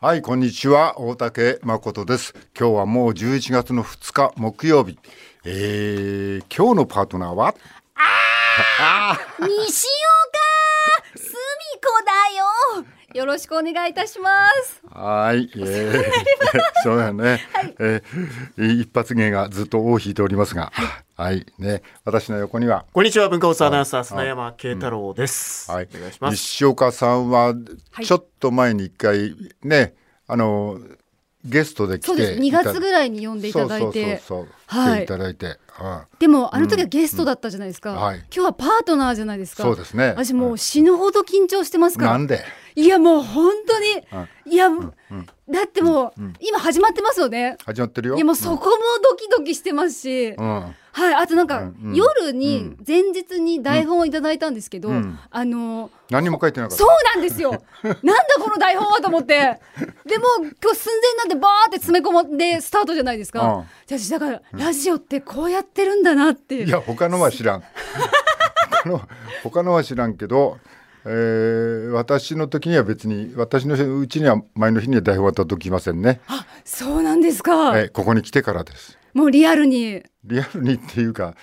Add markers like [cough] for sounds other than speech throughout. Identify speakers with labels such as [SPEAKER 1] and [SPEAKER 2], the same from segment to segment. [SPEAKER 1] はい、こんにちは。大竹誠です。今日はもう11月の2日木曜日。えー、今日のパートナーは
[SPEAKER 2] [laughs] 西岡すみこだよよろしくお願いいたします
[SPEAKER 1] はい、えー、 [laughs] そうだね、えー一発芸がずっと尾を引いておりますが、はい、ね、私の横には、
[SPEAKER 3] こんにちは文化放送アナウンサー砂山慶太郎です。
[SPEAKER 1] はい
[SPEAKER 3] お願いし、ます。
[SPEAKER 1] 西岡さんは、
[SPEAKER 2] い
[SPEAKER 1] ちょっと前に一回、ね、あの、ゲストで来
[SPEAKER 2] [laughs] そうです
[SPEAKER 1] て
[SPEAKER 2] 2
[SPEAKER 1] いた、
[SPEAKER 2] 月ぐらいに呼んでいただいて
[SPEAKER 1] そうそうそうそう、
[SPEAKER 2] はい
[SPEAKER 1] 来ていただいて、うん
[SPEAKER 2] でもあの時はゲストだったじゃないですか、
[SPEAKER 1] うんはい
[SPEAKER 2] 今日はパートナーじゃないですか
[SPEAKER 1] そうですね
[SPEAKER 2] 私もう死ぬほど緊張してますから
[SPEAKER 1] なんで
[SPEAKER 2] いやもう本当に、いや、だってもう、今始まってますよね
[SPEAKER 1] 始まってるよ。
[SPEAKER 2] いやもうそこもドキドキしてますし、
[SPEAKER 1] うん
[SPEAKER 2] はいあとなんか、
[SPEAKER 1] うんうん
[SPEAKER 2] 夜に前日に台本をいただいたんですけど、
[SPEAKER 1] ん
[SPEAKER 2] あの
[SPEAKER 1] 何も書いてなかった
[SPEAKER 2] そう。なんですよなんだこの台本はと思ってでもう今日寸前なんでバーって詰め込んでスタートじゃないです
[SPEAKER 1] うん
[SPEAKER 2] か、私だから、ラジオってこうやってるんだなって
[SPEAKER 1] いや他のは知らん他の他のは知らんけど、えー私の時には別に私のうちには前の日には台本は届きませんね、
[SPEAKER 2] あそうなんですか、
[SPEAKER 1] えーここに来てからです
[SPEAKER 2] もうリアルにいや
[SPEAKER 1] リアルにっていうか、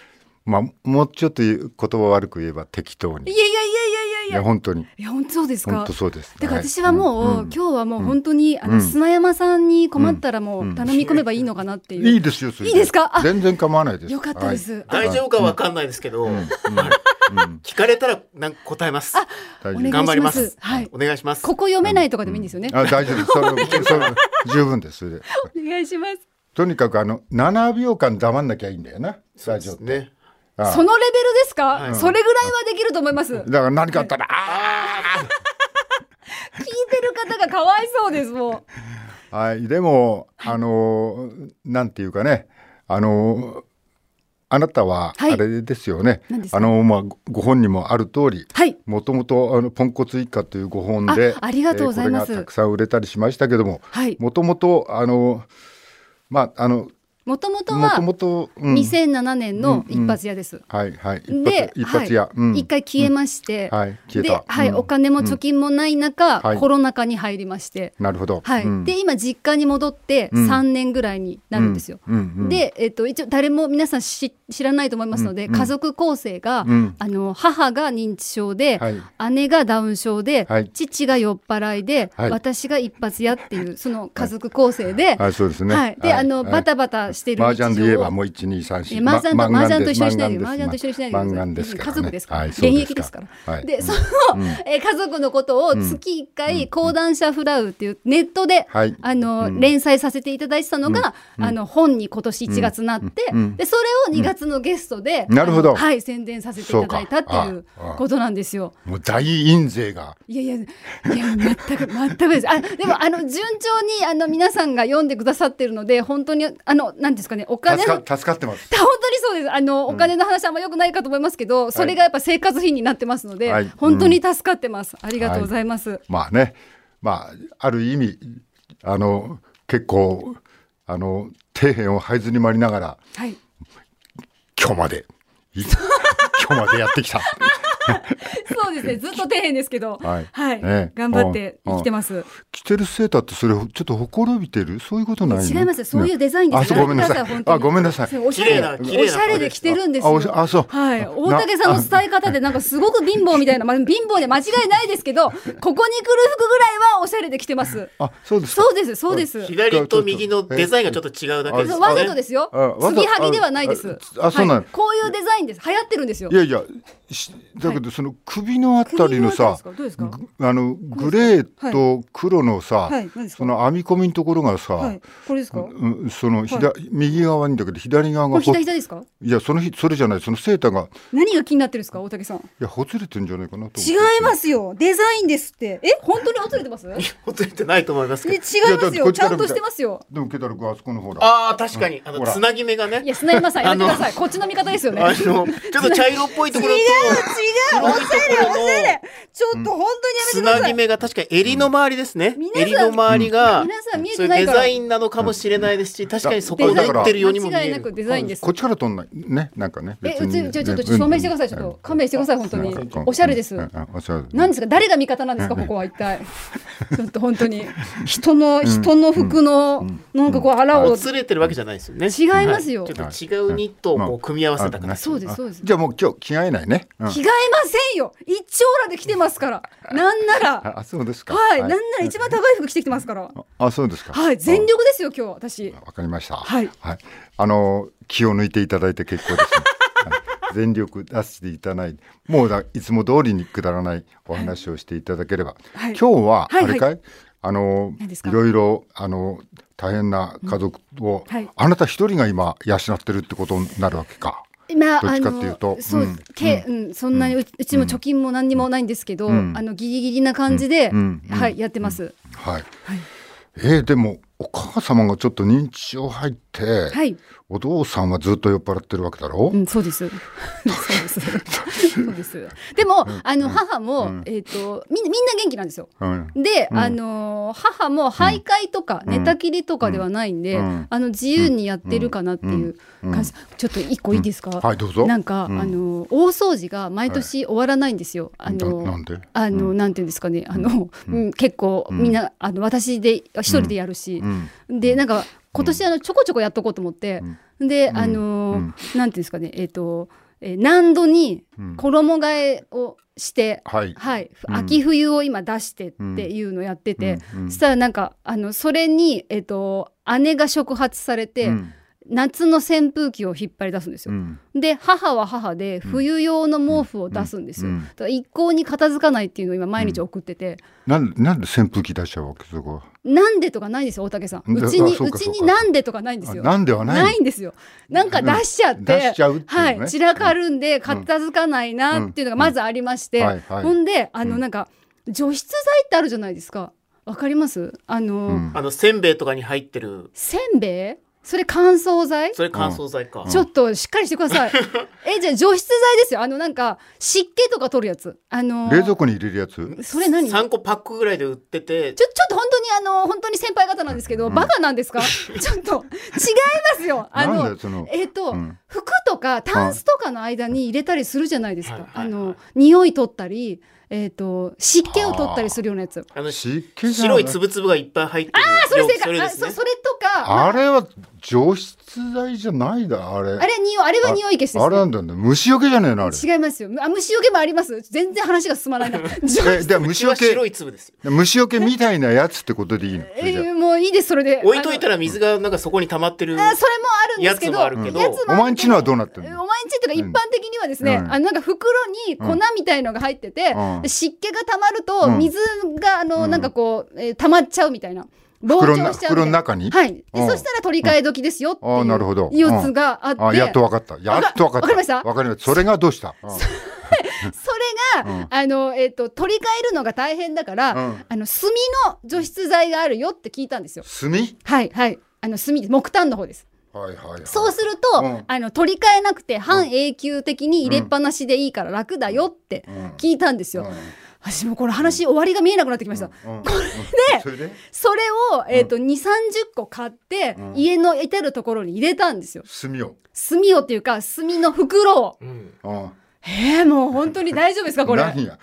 [SPEAKER 1] まあ、もうちょっと言う言葉悪く言えば適当に
[SPEAKER 2] いやい
[SPEAKER 1] い
[SPEAKER 2] やいやいやいや
[SPEAKER 1] や本当に
[SPEAKER 2] いや本当そうです
[SPEAKER 1] 本
[SPEAKER 2] か
[SPEAKER 1] 当そうです
[SPEAKER 2] だから
[SPEAKER 1] い
[SPEAKER 2] 私はもう、
[SPEAKER 1] ん
[SPEAKER 2] 今日はもう本当に、あ
[SPEAKER 1] う
[SPEAKER 2] の
[SPEAKER 1] ん
[SPEAKER 2] 砂山さんに困ったらもう頼み込めばいいのかなっていう、
[SPEAKER 1] いいですよそれ
[SPEAKER 2] いいですかあ
[SPEAKER 1] 全然構わないです
[SPEAKER 2] よかったです、
[SPEAKER 1] はい
[SPEAKER 3] 大丈夫かわかんないですけど、聞かれたらなんか答えます。
[SPEAKER 1] 大
[SPEAKER 2] お願い
[SPEAKER 1] 丈
[SPEAKER 2] します
[SPEAKER 3] 頑張ります。
[SPEAKER 2] はい
[SPEAKER 3] お願いします。
[SPEAKER 2] ここ読めないとかでもいいんですよね、
[SPEAKER 1] 夫あ大丈夫それそれ十分ですそれで
[SPEAKER 2] お願いします
[SPEAKER 1] とにかくあの7秒間黙んなきゃいいんだよな
[SPEAKER 3] そう
[SPEAKER 1] 大
[SPEAKER 3] で
[SPEAKER 1] 丈
[SPEAKER 3] す
[SPEAKER 1] 夫
[SPEAKER 3] ね。
[SPEAKER 1] ああ
[SPEAKER 2] そのレベルですか、
[SPEAKER 3] はい
[SPEAKER 2] それぐらいはできると思います。聞い
[SPEAKER 1] だから何かあったら、
[SPEAKER 2] てる方がかわいそうです、もう。
[SPEAKER 1] あーはい、でも、あのー、なんていうかね、あのー、あなたは、
[SPEAKER 2] はい
[SPEAKER 1] あれですよね、
[SPEAKER 2] 何ですか
[SPEAKER 1] あのー、まあ、ごご本にもある通り、
[SPEAKER 2] はい。
[SPEAKER 1] もともとあのポンコツ一家というご本で
[SPEAKER 2] あありがとうございます
[SPEAKER 1] えーこれがたくさん売れたりしましたけども
[SPEAKER 2] はい。
[SPEAKER 1] もともとあのーまああの
[SPEAKER 2] もともと
[SPEAKER 1] も
[SPEAKER 2] は
[SPEAKER 1] と、もと、うん
[SPEAKER 2] 2007年の一発屋です。
[SPEAKER 1] はいはい一
[SPEAKER 2] で
[SPEAKER 1] 発、一発屋、
[SPEAKER 2] はい
[SPEAKER 1] うん
[SPEAKER 2] 一回消えまして、
[SPEAKER 1] はい消え
[SPEAKER 2] で
[SPEAKER 1] た、
[SPEAKER 2] はい、
[SPEAKER 1] うん
[SPEAKER 2] お金も貯金もない中、
[SPEAKER 1] はい
[SPEAKER 2] コロナ禍に入りまして、
[SPEAKER 1] なるほど
[SPEAKER 2] はい、
[SPEAKER 1] うん
[SPEAKER 2] で、今実家に戻って、
[SPEAKER 1] うん
[SPEAKER 2] 3年ぐらいになるんですよ。
[SPEAKER 1] うんうんうん
[SPEAKER 2] で、えっと、一応誰も皆さん知知らないと思いますので、
[SPEAKER 1] うんうん
[SPEAKER 2] 家族構成が、
[SPEAKER 1] うん
[SPEAKER 2] あの母が認知症で、
[SPEAKER 1] はい
[SPEAKER 2] 姉がダウン症で、
[SPEAKER 1] はい
[SPEAKER 2] 父が酔っ払いで、
[SPEAKER 1] はい
[SPEAKER 2] 私が一発屋っていうその家族構成で、
[SPEAKER 1] はいそうですね
[SPEAKER 2] はいで
[SPEAKER 1] はい
[SPEAKER 2] あの
[SPEAKER 1] はい
[SPEAKER 2] バタバタしてる
[SPEAKER 1] 麻雀で言えば
[SPEAKER 2] も
[SPEAKER 1] もう一二三四。
[SPEAKER 2] え麻雀と
[SPEAKER 1] ま
[SPEAKER 2] 麻雀と一緒にしないで
[SPEAKER 1] 漫画す
[SPEAKER 2] 麻雀と一緒にしないでください
[SPEAKER 1] 漫画ですからね
[SPEAKER 2] 家族ですから
[SPEAKER 1] はいそう
[SPEAKER 2] 現役ですから
[SPEAKER 1] はい。
[SPEAKER 2] で、
[SPEAKER 1] うん
[SPEAKER 2] その、えー家族のことを月1回、講談社フラウっていうネットで、
[SPEAKER 1] はい
[SPEAKER 2] あの、
[SPEAKER 1] うん
[SPEAKER 2] 連載させていただいてたのが、あの、本に今年1月なって、
[SPEAKER 1] うん
[SPEAKER 2] で、それを2月のゲストで、
[SPEAKER 1] うんなるほど
[SPEAKER 2] あのはい、宣伝させていただいたってい
[SPEAKER 1] そう
[SPEAKER 2] う
[SPEAKER 1] かああ
[SPEAKER 2] ことなんですよ。
[SPEAKER 1] もう大印税が。
[SPEAKER 2] いやいや、いや、全く、全くです。あ、でも、あの、順調に、あの、皆さんが読んでくださってるので、本当に、あの、なんですかね、お
[SPEAKER 1] 助
[SPEAKER 2] 金の
[SPEAKER 1] か、助かってます。
[SPEAKER 2] 本当にそうです。あの、お金の話あんま良くないかと思いますけど、それがやっぱ生活費になってますので、
[SPEAKER 1] はい
[SPEAKER 2] 本当に助かってます。ありがとうございます。
[SPEAKER 1] まあね、まあある意味あの結構あの底辺を這いずり回りながら
[SPEAKER 2] はい。
[SPEAKER 1] 今日まで [laughs] い今日までやってきた。 [laughs]
[SPEAKER 2] そうですね。ずっと底辺ですけど、
[SPEAKER 1] は
[SPEAKER 2] はいい。
[SPEAKER 1] ね
[SPEAKER 2] 頑張って生きてます。
[SPEAKER 1] 着てるセーターってそれちょっとほころびてるそういうことないの？
[SPEAKER 2] 違いますよ。そういうデザインで
[SPEAKER 1] ねあ
[SPEAKER 2] す
[SPEAKER 1] そう
[SPEAKER 2] よ。
[SPEAKER 1] ごめんなさ
[SPEAKER 2] やめ
[SPEAKER 1] い
[SPEAKER 2] て。くだ
[SPEAKER 1] あごめんなさい
[SPEAKER 2] 本当。におしゃれ
[SPEAKER 3] 綺麗な綺麗な
[SPEAKER 2] おしゃれで着てるんです
[SPEAKER 1] あおし
[SPEAKER 2] よ。
[SPEAKER 1] あそう
[SPEAKER 2] はい、大
[SPEAKER 1] な
[SPEAKER 2] 竹さんの伝え方でなんかすごく貧乏みたいな、まあ、貧乏で間違いないですけど、ここに来る服ぐらいはおしゃれで着てます。
[SPEAKER 1] あそうですか。
[SPEAKER 2] そうです、そうです。
[SPEAKER 3] 左と右のデザインがちょっと違うだけです
[SPEAKER 2] そ
[SPEAKER 3] よ
[SPEAKER 2] う
[SPEAKER 3] ね。
[SPEAKER 2] わざとですよ
[SPEAKER 1] あわ。ざ
[SPEAKER 2] 継ぎはぎではないです。
[SPEAKER 1] ああそうなの
[SPEAKER 2] はいこういうデザインです。流行ってるんですよ
[SPEAKER 1] い。やいや、しだけどその首のあたりのさ、
[SPEAKER 2] 首のあたりですかどうで
[SPEAKER 1] ぐあのグレーと黒のさ、
[SPEAKER 2] はい何ですか
[SPEAKER 1] その編み込みのところがさ、
[SPEAKER 2] はい、これですか。こ
[SPEAKER 1] うんその左、右側にだけど左側が
[SPEAKER 2] れ
[SPEAKER 1] ほ
[SPEAKER 2] 左左ですか。
[SPEAKER 1] いやその日それじゃないそのセーターが
[SPEAKER 2] 何が気になってるんですか、大竹さん。
[SPEAKER 1] いやほつれてんじゃないかなと
[SPEAKER 2] 違いますよ。デザインですって。え、本当にほつれてます。え、違い
[SPEAKER 3] 本当に言ってないと思いますけど。
[SPEAKER 1] だ
[SPEAKER 2] ま
[SPEAKER 1] っ
[SPEAKER 2] す
[SPEAKER 1] てこっ
[SPEAKER 2] よ。
[SPEAKER 1] ち
[SPEAKER 2] ち
[SPEAKER 1] か
[SPEAKER 2] ゃ
[SPEAKER 1] ら
[SPEAKER 2] ん
[SPEAKER 1] 見
[SPEAKER 2] と
[SPEAKER 1] た
[SPEAKER 2] してますよ。
[SPEAKER 1] でもケタル君あそこのほら
[SPEAKER 3] ああ確かにあの
[SPEAKER 1] ほら
[SPEAKER 3] つなぎ目がね。
[SPEAKER 2] いや、砂山さん、やめてください。こっちの味方ですよね。
[SPEAKER 3] あのちょっと茶色っぽいところと黒いところの
[SPEAKER 4] ちょっと本当にやめて
[SPEAKER 3] つ
[SPEAKER 4] くだ
[SPEAKER 3] な
[SPEAKER 4] さい。
[SPEAKER 3] ぎ目が確かに襟の周りですね
[SPEAKER 2] 皆。さん
[SPEAKER 3] 襟の周りが
[SPEAKER 2] 皆さが見え
[SPEAKER 3] そ
[SPEAKER 2] て
[SPEAKER 3] れ
[SPEAKER 2] ない
[SPEAKER 3] デ
[SPEAKER 2] か
[SPEAKER 3] ザ
[SPEAKER 2] ら
[SPEAKER 3] インなのかもしれないですし、確かにそこ
[SPEAKER 1] ン
[SPEAKER 3] を
[SPEAKER 1] だ
[SPEAKER 3] 言
[SPEAKER 1] から
[SPEAKER 3] ってるようにも見
[SPEAKER 2] 間違い
[SPEAKER 3] え
[SPEAKER 2] なく
[SPEAKER 3] る。
[SPEAKER 2] デザインです
[SPEAKER 1] こっちから撮んないねなんかね
[SPEAKER 2] え
[SPEAKER 1] 別
[SPEAKER 2] う
[SPEAKER 1] に
[SPEAKER 2] ちじゃあちょっと証明してくださいちょっと勘弁してください本当におしゃれです
[SPEAKER 1] おしゃれです
[SPEAKER 2] 何ですか誰が味方なんですかここは一体ちょっと本当に人の人の服のなんかこうあらを
[SPEAKER 3] ずれてるわけじゃないですよね。
[SPEAKER 2] 違いますよ
[SPEAKER 3] はちょっと違うニットをこう組み合わせたから。
[SPEAKER 2] そうですそうです
[SPEAKER 1] じゃあもう今日着替えないね、うん
[SPEAKER 2] 着替えませんよ一丁羅で来てますからなんなら
[SPEAKER 1] あそうですか
[SPEAKER 2] はいなんなら一番高い服着てきてますから
[SPEAKER 1] あそうですか
[SPEAKER 2] はい全力ですよ今日私
[SPEAKER 1] わかりました。
[SPEAKER 2] はい
[SPEAKER 1] あの気を抜いていただいて結構です、ね [laughs] はい全力出していただいて、もうだいつも通りにくだらないお話をしていただければ。
[SPEAKER 2] はい
[SPEAKER 1] 今日は
[SPEAKER 2] はい
[SPEAKER 1] あれかい？あの
[SPEAKER 2] 何ですか
[SPEAKER 1] いろいろあの大変な家族を、
[SPEAKER 2] はい
[SPEAKER 1] あなた一人が今養ってるってことになるわけか。
[SPEAKER 2] ま
[SPEAKER 1] どっ
[SPEAKER 2] あ
[SPEAKER 1] ちか
[SPEAKER 2] の
[SPEAKER 1] っていうと
[SPEAKER 2] そう、
[SPEAKER 1] うん
[SPEAKER 2] け、うん、そんなにううちも貯金も何にもないんですけど、
[SPEAKER 1] ん
[SPEAKER 2] あのギリギリな感じで、
[SPEAKER 1] うんうん
[SPEAKER 2] はい、やってます。
[SPEAKER 1] はい。えーでもお母様がちょっと認知症入って、
[SPEAKER 2] はい、
[SPEAKER 1] お父さんはずっと酔っ払ってるわけだろ。
[SPEAKER 2] うん、そうです。そうです。そうです。でも、あの母も、えっ、と、みんな、みんな元気なんですよ。
[SPEAKER 1] うん
[SPEAKER 2] で、あのー母も徘徊とか寝たきりとかではないんで、
[SPEAKER 1] うん
[SPEAKER 2] あの自由にやってるかなっていう感じ、ちょっと一個いいですか、
[SPEAKER 1] はいどうぞ
[SPEAKER 2] なんか、
[SPEAKER 1] うん
[SPEAKER 2] あのー大掃除が毎年終わらないんですよ、あのー
[SPEAKER 1] ななんで
[SPEAKER 2] あのーなんていうんですかねあの、うん結構みんな、あの私で一人でやるし、
[SPEAKER 1] うん
[SPEAKER 2] でなんか今年あのちょこちょこやっとこうと思って、であのーなんていうんですかねえっ、と、えー何度に衣替えをして、
[SPEAKER 1] はい
[SPEAKER 2] はい、ふ
[SPEAKER 1] うん
[SPEAKER 2] 秋冬を今出してっていうのをやってて、
[SPEAKER 1] うんうん
[SPEAKER 2] そしたらなんかあのそれに、えっと姉が触発されて、
[SPEAKER 1] うん
[SPEAKER 2] 夏の扇風機を引っ張り出すんです
[SPEAKER 1] う
[SPEAKER 2] よ。
[SPEAKER 1] ん
[SPEAKER 2] で母は母で冬用の毛布を出すんですよ。
[SPEAKER 1] うんうん
[SPEAKER 2] だから一向に片付かないっていうのを今毎日送ってて、
[SPEAKER 1] なんなんで扇風機出しちゃうわけそこは
[SPEAKER 2] なんでとかないんですよ大竹さん。
[SPEAKER 1] だ
[SPEAKER 2] うちに
[SPEAKER 1] あそう
[SPEAKER 2] う
[SPEAKER 1] か
[SPEAKER 2] ち
[SPEAKER 1] そうか
[SPEAKER 2] になんでとかないんですよ。
[SPEAKER 1] あなんではない
[SPEAKER 2] ないんですよ。なんか出しちゃって、
[SPEAKER 1] うん出しちゃうっていうね
[SPEAKER 2] はい、散らかるんで片付かないなっていうのがまずありまして、
[SPEAKER 1] うんうんはいはい
[SPEAKER 2] ほんであのなんか除湿剤ってあるじゃないですか。わかります？あの、
[SPEAKER 1] うん
[SPEAKER 3] あのせんべいとかに入ってる。
[SPEAKER 2] せんべい？それ乾燥剤？
[SPEAKER 3] それ乾燥剤か。
[SPEAKER 2] ちょっとしっかりして
[SPEAKER 1] [laughs]
[SPEAKER 2] ください。えじゃあ除湿剤ですよ。あのなんか湿気とか取るやつ。あの
[SPEAKER 1] 冷蔵庫に入れるやつ
[SPEAKER 2] それ何？ちょ
[SPEAKER 3] 三個パックぐらいで売ってて
[SPEAKER 2] ち。ょっと本当にあの本当に先輩方なんですけど、バカなんです
[SPEAKER 1] [laughs]
[SPEAKER 2] か？ちょっと違いますよ。あ
[SPEAKER 1] なん
[SPEAKER 2] の
[SPEAKER 1] だよその
[SPEAKER 2] えっ、と、
[SPEAKER 1] うん
[SPEAKER 2] 服とかタンスとかの間に入れたりするじゃないですか。
[SPEAKER 3] はい
[SPEAKER 2] あ
[SPEAKER 3] はいは
[SPEAKER 2] の
[SPEAKER 3] い
[SPEAKER 2] 匂い取ったり、えっ、と湿気を取ったりするようなやつ。
[SPEAKER 3] あの
[SPEAKER 1] 湿気じゃな
[SPEAKER 3] 白
[SPEAKER 1] い
[SPEAKER 3] い粒々がいっぱい入ってる。
[SPEAKER 2] あ、それ正
[SPEAKER 3] そ
[SPEAKER 2] 解。
[SPEAKER 3] れで
[SPEAKER 2] あ、
[SPEAKER 3] す
[SPEAKER 2] そ
[SPEAKER 3] ね。
[SPEAKER 2] それとか、まあ
[SPEAKER 1] あれは除湿剤じゃないだあれ
[SPEAKER 2] あれ匂いあれは匂い消しです、ね。
[SPEAKER 1] あれなんだよね虫除けじゃねえのあれ
[SPEAKER 2] 違いますよ。あ、虫除けもあります。全然話が進まないな。じゃあ
[SPEAKER 1] えで虫
[SPEAKER 3] 虫
[SPEAKER 1] 除
[SPEAKER 3] は白
[SPEAKER 1] け
[SPEAKER 3] い粒ですよ。
[SPEAKER 1] 虫除けみたいなやつってことでいいの
[SPEAKER 2] え
[SPEAKER 1] それじゃ
[SPEAKER 2] ーもういいです。それで。
[SPEAKER 3] 置いといた
[SPEAKER 2] ら。
[SPEAKER 3] ら水がなんかそこに溜まってる。
[SPEAKER 2] あ、それもあるんですけど。
[SPEAKER 3] やつもあるけど
[SPEAKER 2] やつもあるけど
[SPEAKER 1] お前んちのはどうなってんの
[SPEAKER 2] お前んちっていうか一般的にはですね、
[SPEAKER 1] うん
[SPEAKER 2] あのなんか袋に粉みたいのが入ってて、
[SPEAKER 1] うん
[SPEAKER 2] で湿気が溜まると
[SPEAKER 1] うん
[SPEAKER 2] 水があの、なんかこう、えー溜まっちゃうみたいな。膨
[SPEAKER 1] 袋の
[SPEAKER 2] 張しちゃうみたいな
[SPEAKER 1] 袋の中に
[SPEAKER 2] はい。で
[SPEAKER 1] うん
[SPEAKER 2] そしたら取り替え時ですよって
[SPEAKER 1] あ
[SPEAKER 2] い
[SPEAKER 1] ーなるほど
[SPEAKER 2] うやつがあって、
[SPEAKER 1] あやっとわかったやっとわかった
[SPEAKER 2] わかりました
[SPEAKER 1] わかりましたそれがどうしたうん
[SPEAKER 2] それが、あのえっ、と取り替えるのが大変だから、
[SPEAKER 1] うん
[SPEAKER 2] あの炭の除湿剤があるよって聞いたんですよ。
[SPEAKER 1] 炭はい
[SPEAKER 2] はいはい。あの炭です木炭の方です。
[SPEAKER 1] はいはい
[SPEAKER 2] そうすると、
[SPEAKER 1] うん
[SPEAKER 2] あの取り替えなくて半永久的に入れっぱなしでいいから楽だよって聞いたんですよ。私もうこの話終わりが見えなくなってきました。
[SPEAKER 1] うん
[SPEAKER 2] これ
[SPEAKER 1] そ
[SPEAKER 2] で
[SPEAKER 1] れで
[SPEAKER 2] それを、えー、と2 3 0個買って、家の至るところに入れたんですよ。
[SPEAKER 1] 炭を
[SPEAKER 2] 炭をっていうか炭の袋を。
[SPEAKER 3] うん。
[SPEAKER 1] うん
[SPEAKER 2] えー、もう本当に大丈夫ですかこれ。 [laughs]
[SPEAKER 1] 何や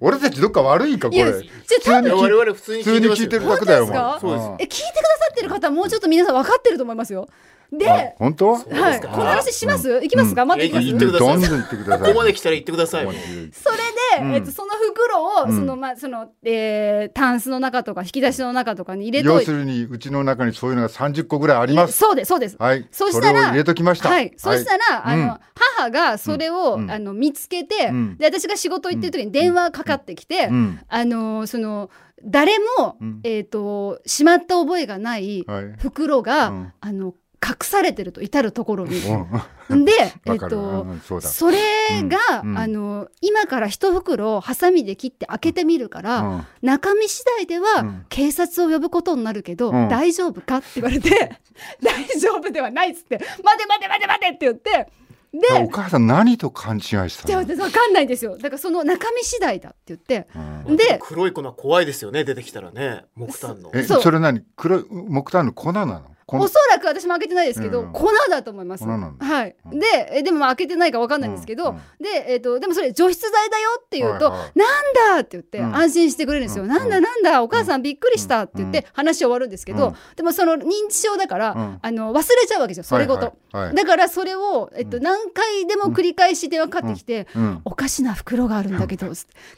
[SPEAKER 1] 俺たちどっか悪いかこ
[SPEAKER 2] い
[SPEAKER 1] れ
[SPEAKER 2] や
[SPEAKER 1] 普
[SPEAKER 2] じゃあ多
[SPEAKER 1] 通に
[SPEAKER 2] 分
[SPEAKER 1] 聞い
[SPEAKER 3] 我々普通に
[SPEAKER 1] 普通に聞いてるだけだよお前
[SPEAKER 2] 本当
[SPEAKER 3] ですか
[SPEAKER 1] うん
[SPEAKER 2] え聞いてくださってる方もうちょっと皆さん分かってると思いますよ。で、
[SPEAKER 1] あ
[SPEAKER 2] は
[SPEAKER 1] 本当
[SPEAKER 3] うです
[SPEAKER 2] い、
[SPEAKER 3] か
[SPEAKER 2] この話します、行きますかまた行きま
[SPEAKER 3] い
[SPEAKER 2] す
[SPEAKER 3] やいやいや
[SPEAKER 1] どんどん言ってくださ
[SPEAKER 3] こ
[SPEAKER 1] い
[SPEAKER 3] こまで来たら言ってください。
[SPEAKER 2] それで、えっと、その袋を、その、まあ、その、えー、タンスの中とか、引き出しの中とかに入れと
[SPEAKER 1] 要
[SPEAKER 2] い
[SPEAKER 1] す
[SPEAKER 2] て。
[SPEAKER 1] るにうちの中にそういうのが30個ぐらいあります
[SPEAKER 2] そうです、そうです。
[SPEAKER 1] はい
[SPEAKER 2] そした
[SPEAKER 1] れを
[SPEAKER 2] ら、
[SPEAKER 1] 入れときました
[SPEAKER 2] はい、そしたら、
[SPEAKER 1] い
[SPEAKER 2] あ
[SPEAKER 1] うん
[SPEAKER 2] の、母がそれを、
[SPEAKER 1] ん
[SPEAKER 2] あの、見つけて、
[SPEAKER 1] ん
[SPEAKER 2] で、私が仕事行ってる時に電話かかってきて。
[SPEAKER 1] うん
[SPEAKER 2] あのーその、誰も、
[SPEAKER 1] うん
[SPEAKER 2] えっ、と、しまった覚えがない
[SPEAKER 1] はい
[SPEAKER 2] 袋が、
[SPEAKER 1] うん
[SPEAKER 2] あの。隠されてると至る所に。
[SPEAKER 1] うんわ
[SPEAKER 2] で、えっ
[SPEAKER 1] かる
[SPEAKER 2] と
[SPEAKER 1] う、んそうだ
[SPEAKER 2] それが、
[SPEAKER 1] うんうん
[SPEAKER 2] あの今から一袋ハサミで切って開けてみるから、
[SPEAKER 1] うん
[SPEAKER 2] 中身次第で
[SPEAKER 1] う
[SPEAKER 2] は
[SPEAKER 1] ん
[SPEAKER 2] 警察を呼ぶことになるけど、
[SPEAKER 1] うん [laughs]
[SPEAKER 2] 大丈夫かって言われて大丈夫ではないっつって待て待て待て待てって言って
[SPEAKER 1] お母さん何と勘違いした
[SPEAKER 2] じゃあ
[SPEAKER 1] の、
[SPEAKER 2] 分かんないですよだからその中身次第だって言って
[SPEAKER 1] うん
[SPEAKER 2] で
[SPEAKER 3] も黒い粉怖いですよね出てきたらね木炭の
[SPEAKER 1] え
[SPEAKER 2] そう
[SPEAKER 1] それ何黒い木炭の粉なの粉
[SPEAKER 2] おそらく私も開けてないですけど、
[SPEAKER 1] うん
[SPEAKER 2] 粉だと思います。
[SPEAKER 1] 粉なんだ
[SPEAKER 2] はい、
[SPEAKER 1] うん
[SPEAKER 2] でえでもまあ開けてないか分かんないんですけ
[SPEAKER 1] う
[SPEAKER 2] ど、
[SPEAKER 1] んうん
[SPEAKER 2] で,、えっとでもそれ除湿剤だよって言うと「
[SPEAKER 1] はいはい
[SPEAKER 2] なんだ!」って言って
[SPEAKER 1] うん
[SPEAKER 2] 安心してくれるんですよ。
[SPEAKER 1] うん
[SPEAKER 2] なんだなんだお母さんびっくりしたって言
[SPEAKER 1] う
[SPEAKER 2] っ
[SPEAKER 1] ん
[SPEAKER 2] て話終わるんですけど、
[SPEAKER 1] うん
[SPEAKER 2] でもその認知症だから、
[SPEAKER 1] うん
[SPEAKER 2] あの忘れちゃうわけですよそれご
[SPEAKER 1] はい
[SPEAKER 2] と。
[SPEAKER 1] はいはい
[SPEAKER 2] だからそれを、えっと、
[SPEAKER 1] うん
[SPEAKER 2] 何回でも繰り返し電話かかってきて、
[SPEAKER 1] うん
[SPEAKER 2] おかしな袋があるんだけど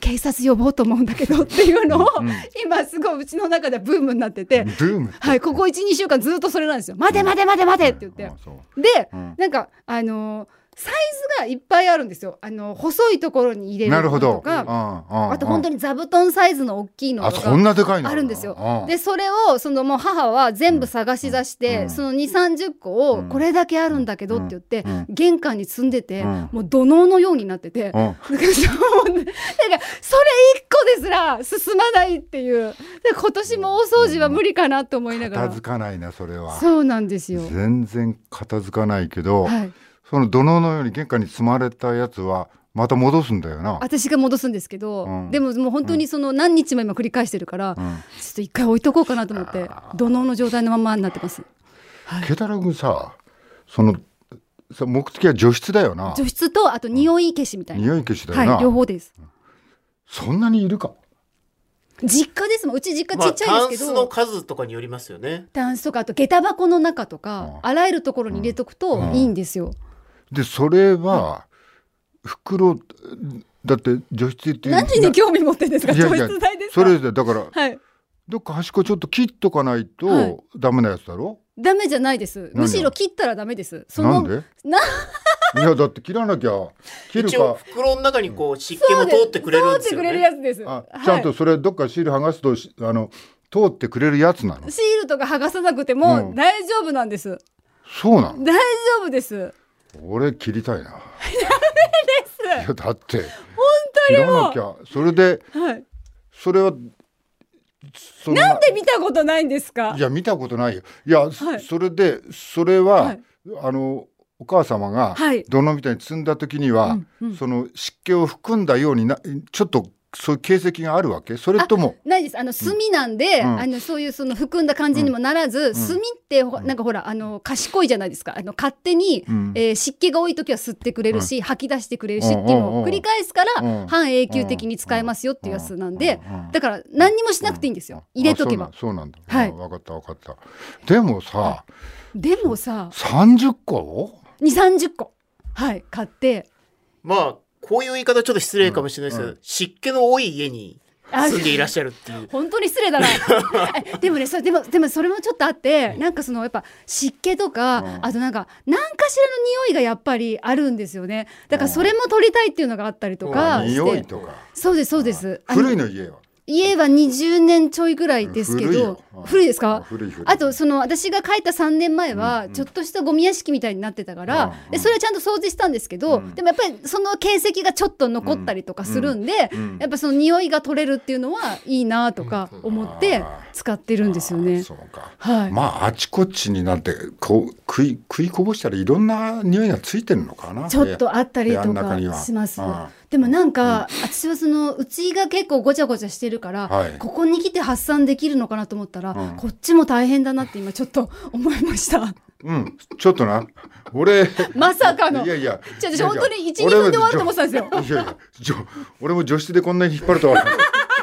[SPEAKER 2] 警察呼ぼうと思うんだけどっていうのを、
[SPEAKER 1] うん
[SPEAKER 2] 今すごいうちの中でブームになってて、
[SPEAKER 1] ブーム
[SPEAKER 2] はい、ここ12週間ずっとそれなんですよ「待て待て待て待て」って言って、
[SPEAKER 1] うんそう
[SPEAKER 2] で
[SPEAKER 1] うん
[SPEAKER 2] なんかあのーサイズがいっぱいあるんですよあの細いところに入れる
[SPEAKER 1] なるほ
[SPEAKER 2] の
[SPEAKER 1] ど
[SPEAKER 2] とか、
[SPEAKER 1] あ
[SPEAKER 2] あと本当
[SPEAKER 1] に
[SPEAKER 2] に座布団サイズの大きいの
[SPEAKER 1] あ
[SPEAKER 2] と
[SPEAKER 1] そ
[SPEAKER 2] か
[SPEAKER 1] んなでかいの
[SPEAKER 2] あるんですよ
[SPEAKER 1] ああ
[SPEAKER 2] でそれをそのもう母は全部探し出し
[SPEAKER 1] う
[SPEAKER 2] て、
[SPEAKER 1] ん
[SPEAKER 2] その2 3 0個
[SPEAKER 1] う
[SPEAKER 2] を
[SPEAKER 1] ん
[SPEAKER 2] これだけあるんだけどって言って、
[SPEAKER 1] うん
[SPEAKER 2] 玄関に積んでて、
[SPEAKER 1] うん
[SPEAKER 2] もう土のうのようになってて。
[SPEAKER 1] うん
[SPEAKER 2] なんかそうなんかそれ一個ですら進まないっていうで今年も大掃除は無理かなと思いなが
[SPEAKER 1] 片
[SPEAKER 2] ら
[SPEAKER 1] 付かないなそれは
[SPEAKER 2] そうなんですよ。
[SPEAKER 1] 全然片付かないけど、
[SPEAKER 2] はい、
[SPEAKER 1] その土のうのように玄関に積まれたやつはまた戻すんだよな、
[SPEAKER 2] 私が戻すんですけど、
[SPEAKER 1] うん
[SPEAKER 2] でももう本当にその何日も今繰り返してるから、
[SPEAKER 1] う
[SPEAKER 2] ちょ
[SPEAKER 1] ん、
[SPEAKER 2] っと一回置いとこうかなと思って土のうの状態のままになってます
[SPEAKER 1] ケタラ君さそのさ目的は除湿だよな
[SPEAKER 2] 除湿とあと匂い消しみたいな、
[SPEAKER 1] 匂い消しだよな、
[SPEAKER 2] はい両方です
[SPEAKER 1] そんなにいるか
[SPEAKER 2] 実家ですもんうち実家ちっちゃいですけ
[SPEAKER 3] まあ、タンスの
[SPEAKER 2] ど、
[SPEAKER 3] 数とかによりますよね
[SPEAKER 2] タンスとかあと下駄箱の中とか、
[SPEAKER 1] うん
[SPEAKER 2] あらゆるところに入れとくといいんですよ、
[SPEAKER 1] でそれは袋だって除湿っていう
[SPEAKER 2] 何時に興味持ってんですか
[SPEAKER 1] いやい
[SPEAKER 2] 除
[SPEAKER 1] や
[SPEAKER 2] 湿剤ですか
[SPEAKER 1] それでだから
[SPEAKER 2] はい
[SPEAKER 1] どっか端っこちょっと切っとかない
[SPEAKER 2] はい
[SPEAKER 1] とダメなやつだろ、
[SPEAKER 2] ダメじゃないです
[SPEAKER 1] 何を
[SPEAKER 2] むしろ切ったらダメですそ
[SPEAKER 1] な
[SPEAKER 2] の
[SPEAKER 1] んで [laughs]
[SPEAKER 2] ない
[SPEAKER 1] やだって切らなきゃ切る
[SPEAKER 3] 一応
[SPEAKER 1] か
[SPEAKER 3] 袋の中にこう湿気も通ってくれるんです
[SPEAKER 2] 通
[SPEAKER 3] よ
[SPEAKER 2] ってくれる
[SPEAKER 3] ね
[SPEAKER 2] やつです
[SPEAKER 1] あ
[SPEAKER 2] はい
[SPEAKER 1] ちゃんとそれどっかシール剥がすとしあの通ってくれるやつなの
[SPEAKER 2] シールとか剥がさなくて
[SPEAKER 1] うん
[SPEAKER 2] も大丈夫なんです、
[SPEAKER 1] そうなの
[SPEAKER 2] 大丈夫です
[SPEAKER 1] 俺切りたいな
[SPEAKER 2] で
[SPEAKER 1] いやだって本当に切らなきゃそれです
[SPEAKER 2] はい
[SPEAKER 1] それはそんな
[SPEAKER 2] なんで見たことないんですか
[SPEAKER 1] いや見たことないよいや、そ
[SPEAKER 2] はい
[SPEAKER 1] それでそれは、
[SPEAKER 2] はい
[SPEAKER 1] あのお母様が
[SPEAKER 2] はい
[SPEAKER 1] 土のうみたいに積んだ時には、
[SPEAKER 2] うんうん
[SPEAKER 1] その湿気を含んだようになちょっとそういう形跡があるわけそれとも
[SPEAKER 2] ないですあの炭なんで、
[SPEAKER 1] うん
[SPEAKER 2] あのそういうその含んだ感じにもならず、炭ってほなんかほらあの賢いじゃないですかあの勝手に、
[SPEAKER 1] うん
[SPEAKER 2] えー湿気が多い時は吸ってくれるし、吐き出してくれるしっていうの
[SPEAKER 1] うんうんうん
[SPEAKER 2] を繰り返すから、
[SPEAKER 1] うん
[SPEAKER 2] 半永久的に使えますよっていうやつなんで、
[SPEAKER 1] うんうんうん
[SPEAKER 2] だから何にもしなくていいんですよ、入れとけば
[SPEAKER 1] あそうなんそうなんだ、
[SPEAKER 2] は
[SPEAKER 1] 分
[SPEAKER 2] い
[SPEAKER 1] かった分かったでもさ
[SPEAKER 2] でもさ
[SPEAKER 1] 30個を
[SPEAKER 2] 2 3 0個はい買って
[SPEAKER 3] まあこういう言い方ちょっと失礼かもしれないですけど、
[SPEAKER 1] うん
[SPEAKER 3] 湿気の多い家に
[SPEAKER 2] あ
[SPEAKER 3] 住んでいらっしゃるっていう
[SPEAKER 2] 本当に失礼
[SPEAKER 1] [laughs]
[SPEAKER 2] だなえでもねそれでもでもそれもちょっとあってなんかそのやっぱ湿気とか、
[SPEAKER 1] うん
[SPEAKER 2] あとなんか何かしらの匂いがやっぱりあるんですよねだか
[SPEAKER 1] うん
[SPEAKER 2] らそれも取りたいっていうのがあったりとかして、
[SPEAKER 1] 匂いとか
[SPEAKER 2] そうですそうですあの
[SPEAKER 1] 古いの家は
[SPEAKER 2] 家は20年ちょいぐらいですけ
[SPEAKER 1] 古い
[SPEAKER 2] ど
[SPEAKER 1] よ
[SPEAKER 2] 古いですか
[SPEAKER 1] 古い古い
[SPEAKER 2] あとその私が帰った3年前は
[SPEAKER 1] うん
[SPEAKER 2] ちょっとしたゴミ屋敷みたいになってたから、
[SPEAKER 1] うんうん
[SPEAKER 2] でそれはちゃんと掃除したんですけど、
[SPEAKER 1] うん
[SPEAKER 2] でもやっぱりその形跡がちょっと残ったりとかするんで、
[SPEAKER 1] うんうん
[SPEAKER 2] やっぱその匂いが取れるっていうのはいいなとか思って使ってるんですよ
[SPEAKER 1] あ
[SPEAKER 2] ね。
[SPEAKER 1] そうか
[SPEAKER 2] はい、
[SPEAKER 1] まああちこちになんてこう食い食いこぼしたらいろんな匂いがついてるのかな
[SPEAKER 2] ちょっとあったり
[SPEAKER 1] 部屋
[SPEAKER 2] と
[SPEAKER 1] の中には
[SPEAKER 2] かします
[SPEAKER 1] うん。
[SPEAKER 2] でもなんか、私はそのうちが結構ごちゃごちゃしてるから、
[SPEAKER 1] はい
[SPEAKER 2] ここに来て発散できるのかなと思ったら、
[SPEAKER 1] うん
[SPEAKER 2] こっちも大変だなって今ちょっと思い
[SPEAKER 1] [laughs]
[SPEAKER 2] ました。
[SPEAKER 1] うんちょっとな
[SPEAKER 2] [laughs]
[SPEAKER 1] 俺
[SPEAKER 2] まさかの
[SPEAKER 1] いやいや
[SPEAKER 2] ちょ
[SPEAKER 1] いやいや
[SPEAKER 2] 本当に1
[SPEAKER 1] 俺は
[SPEAKER 2] 2分で終わると思ってたんですよ
[SPEAKER 1] [laughs] いやいやじょ俺も女子でこんなに引っ張るとは引っ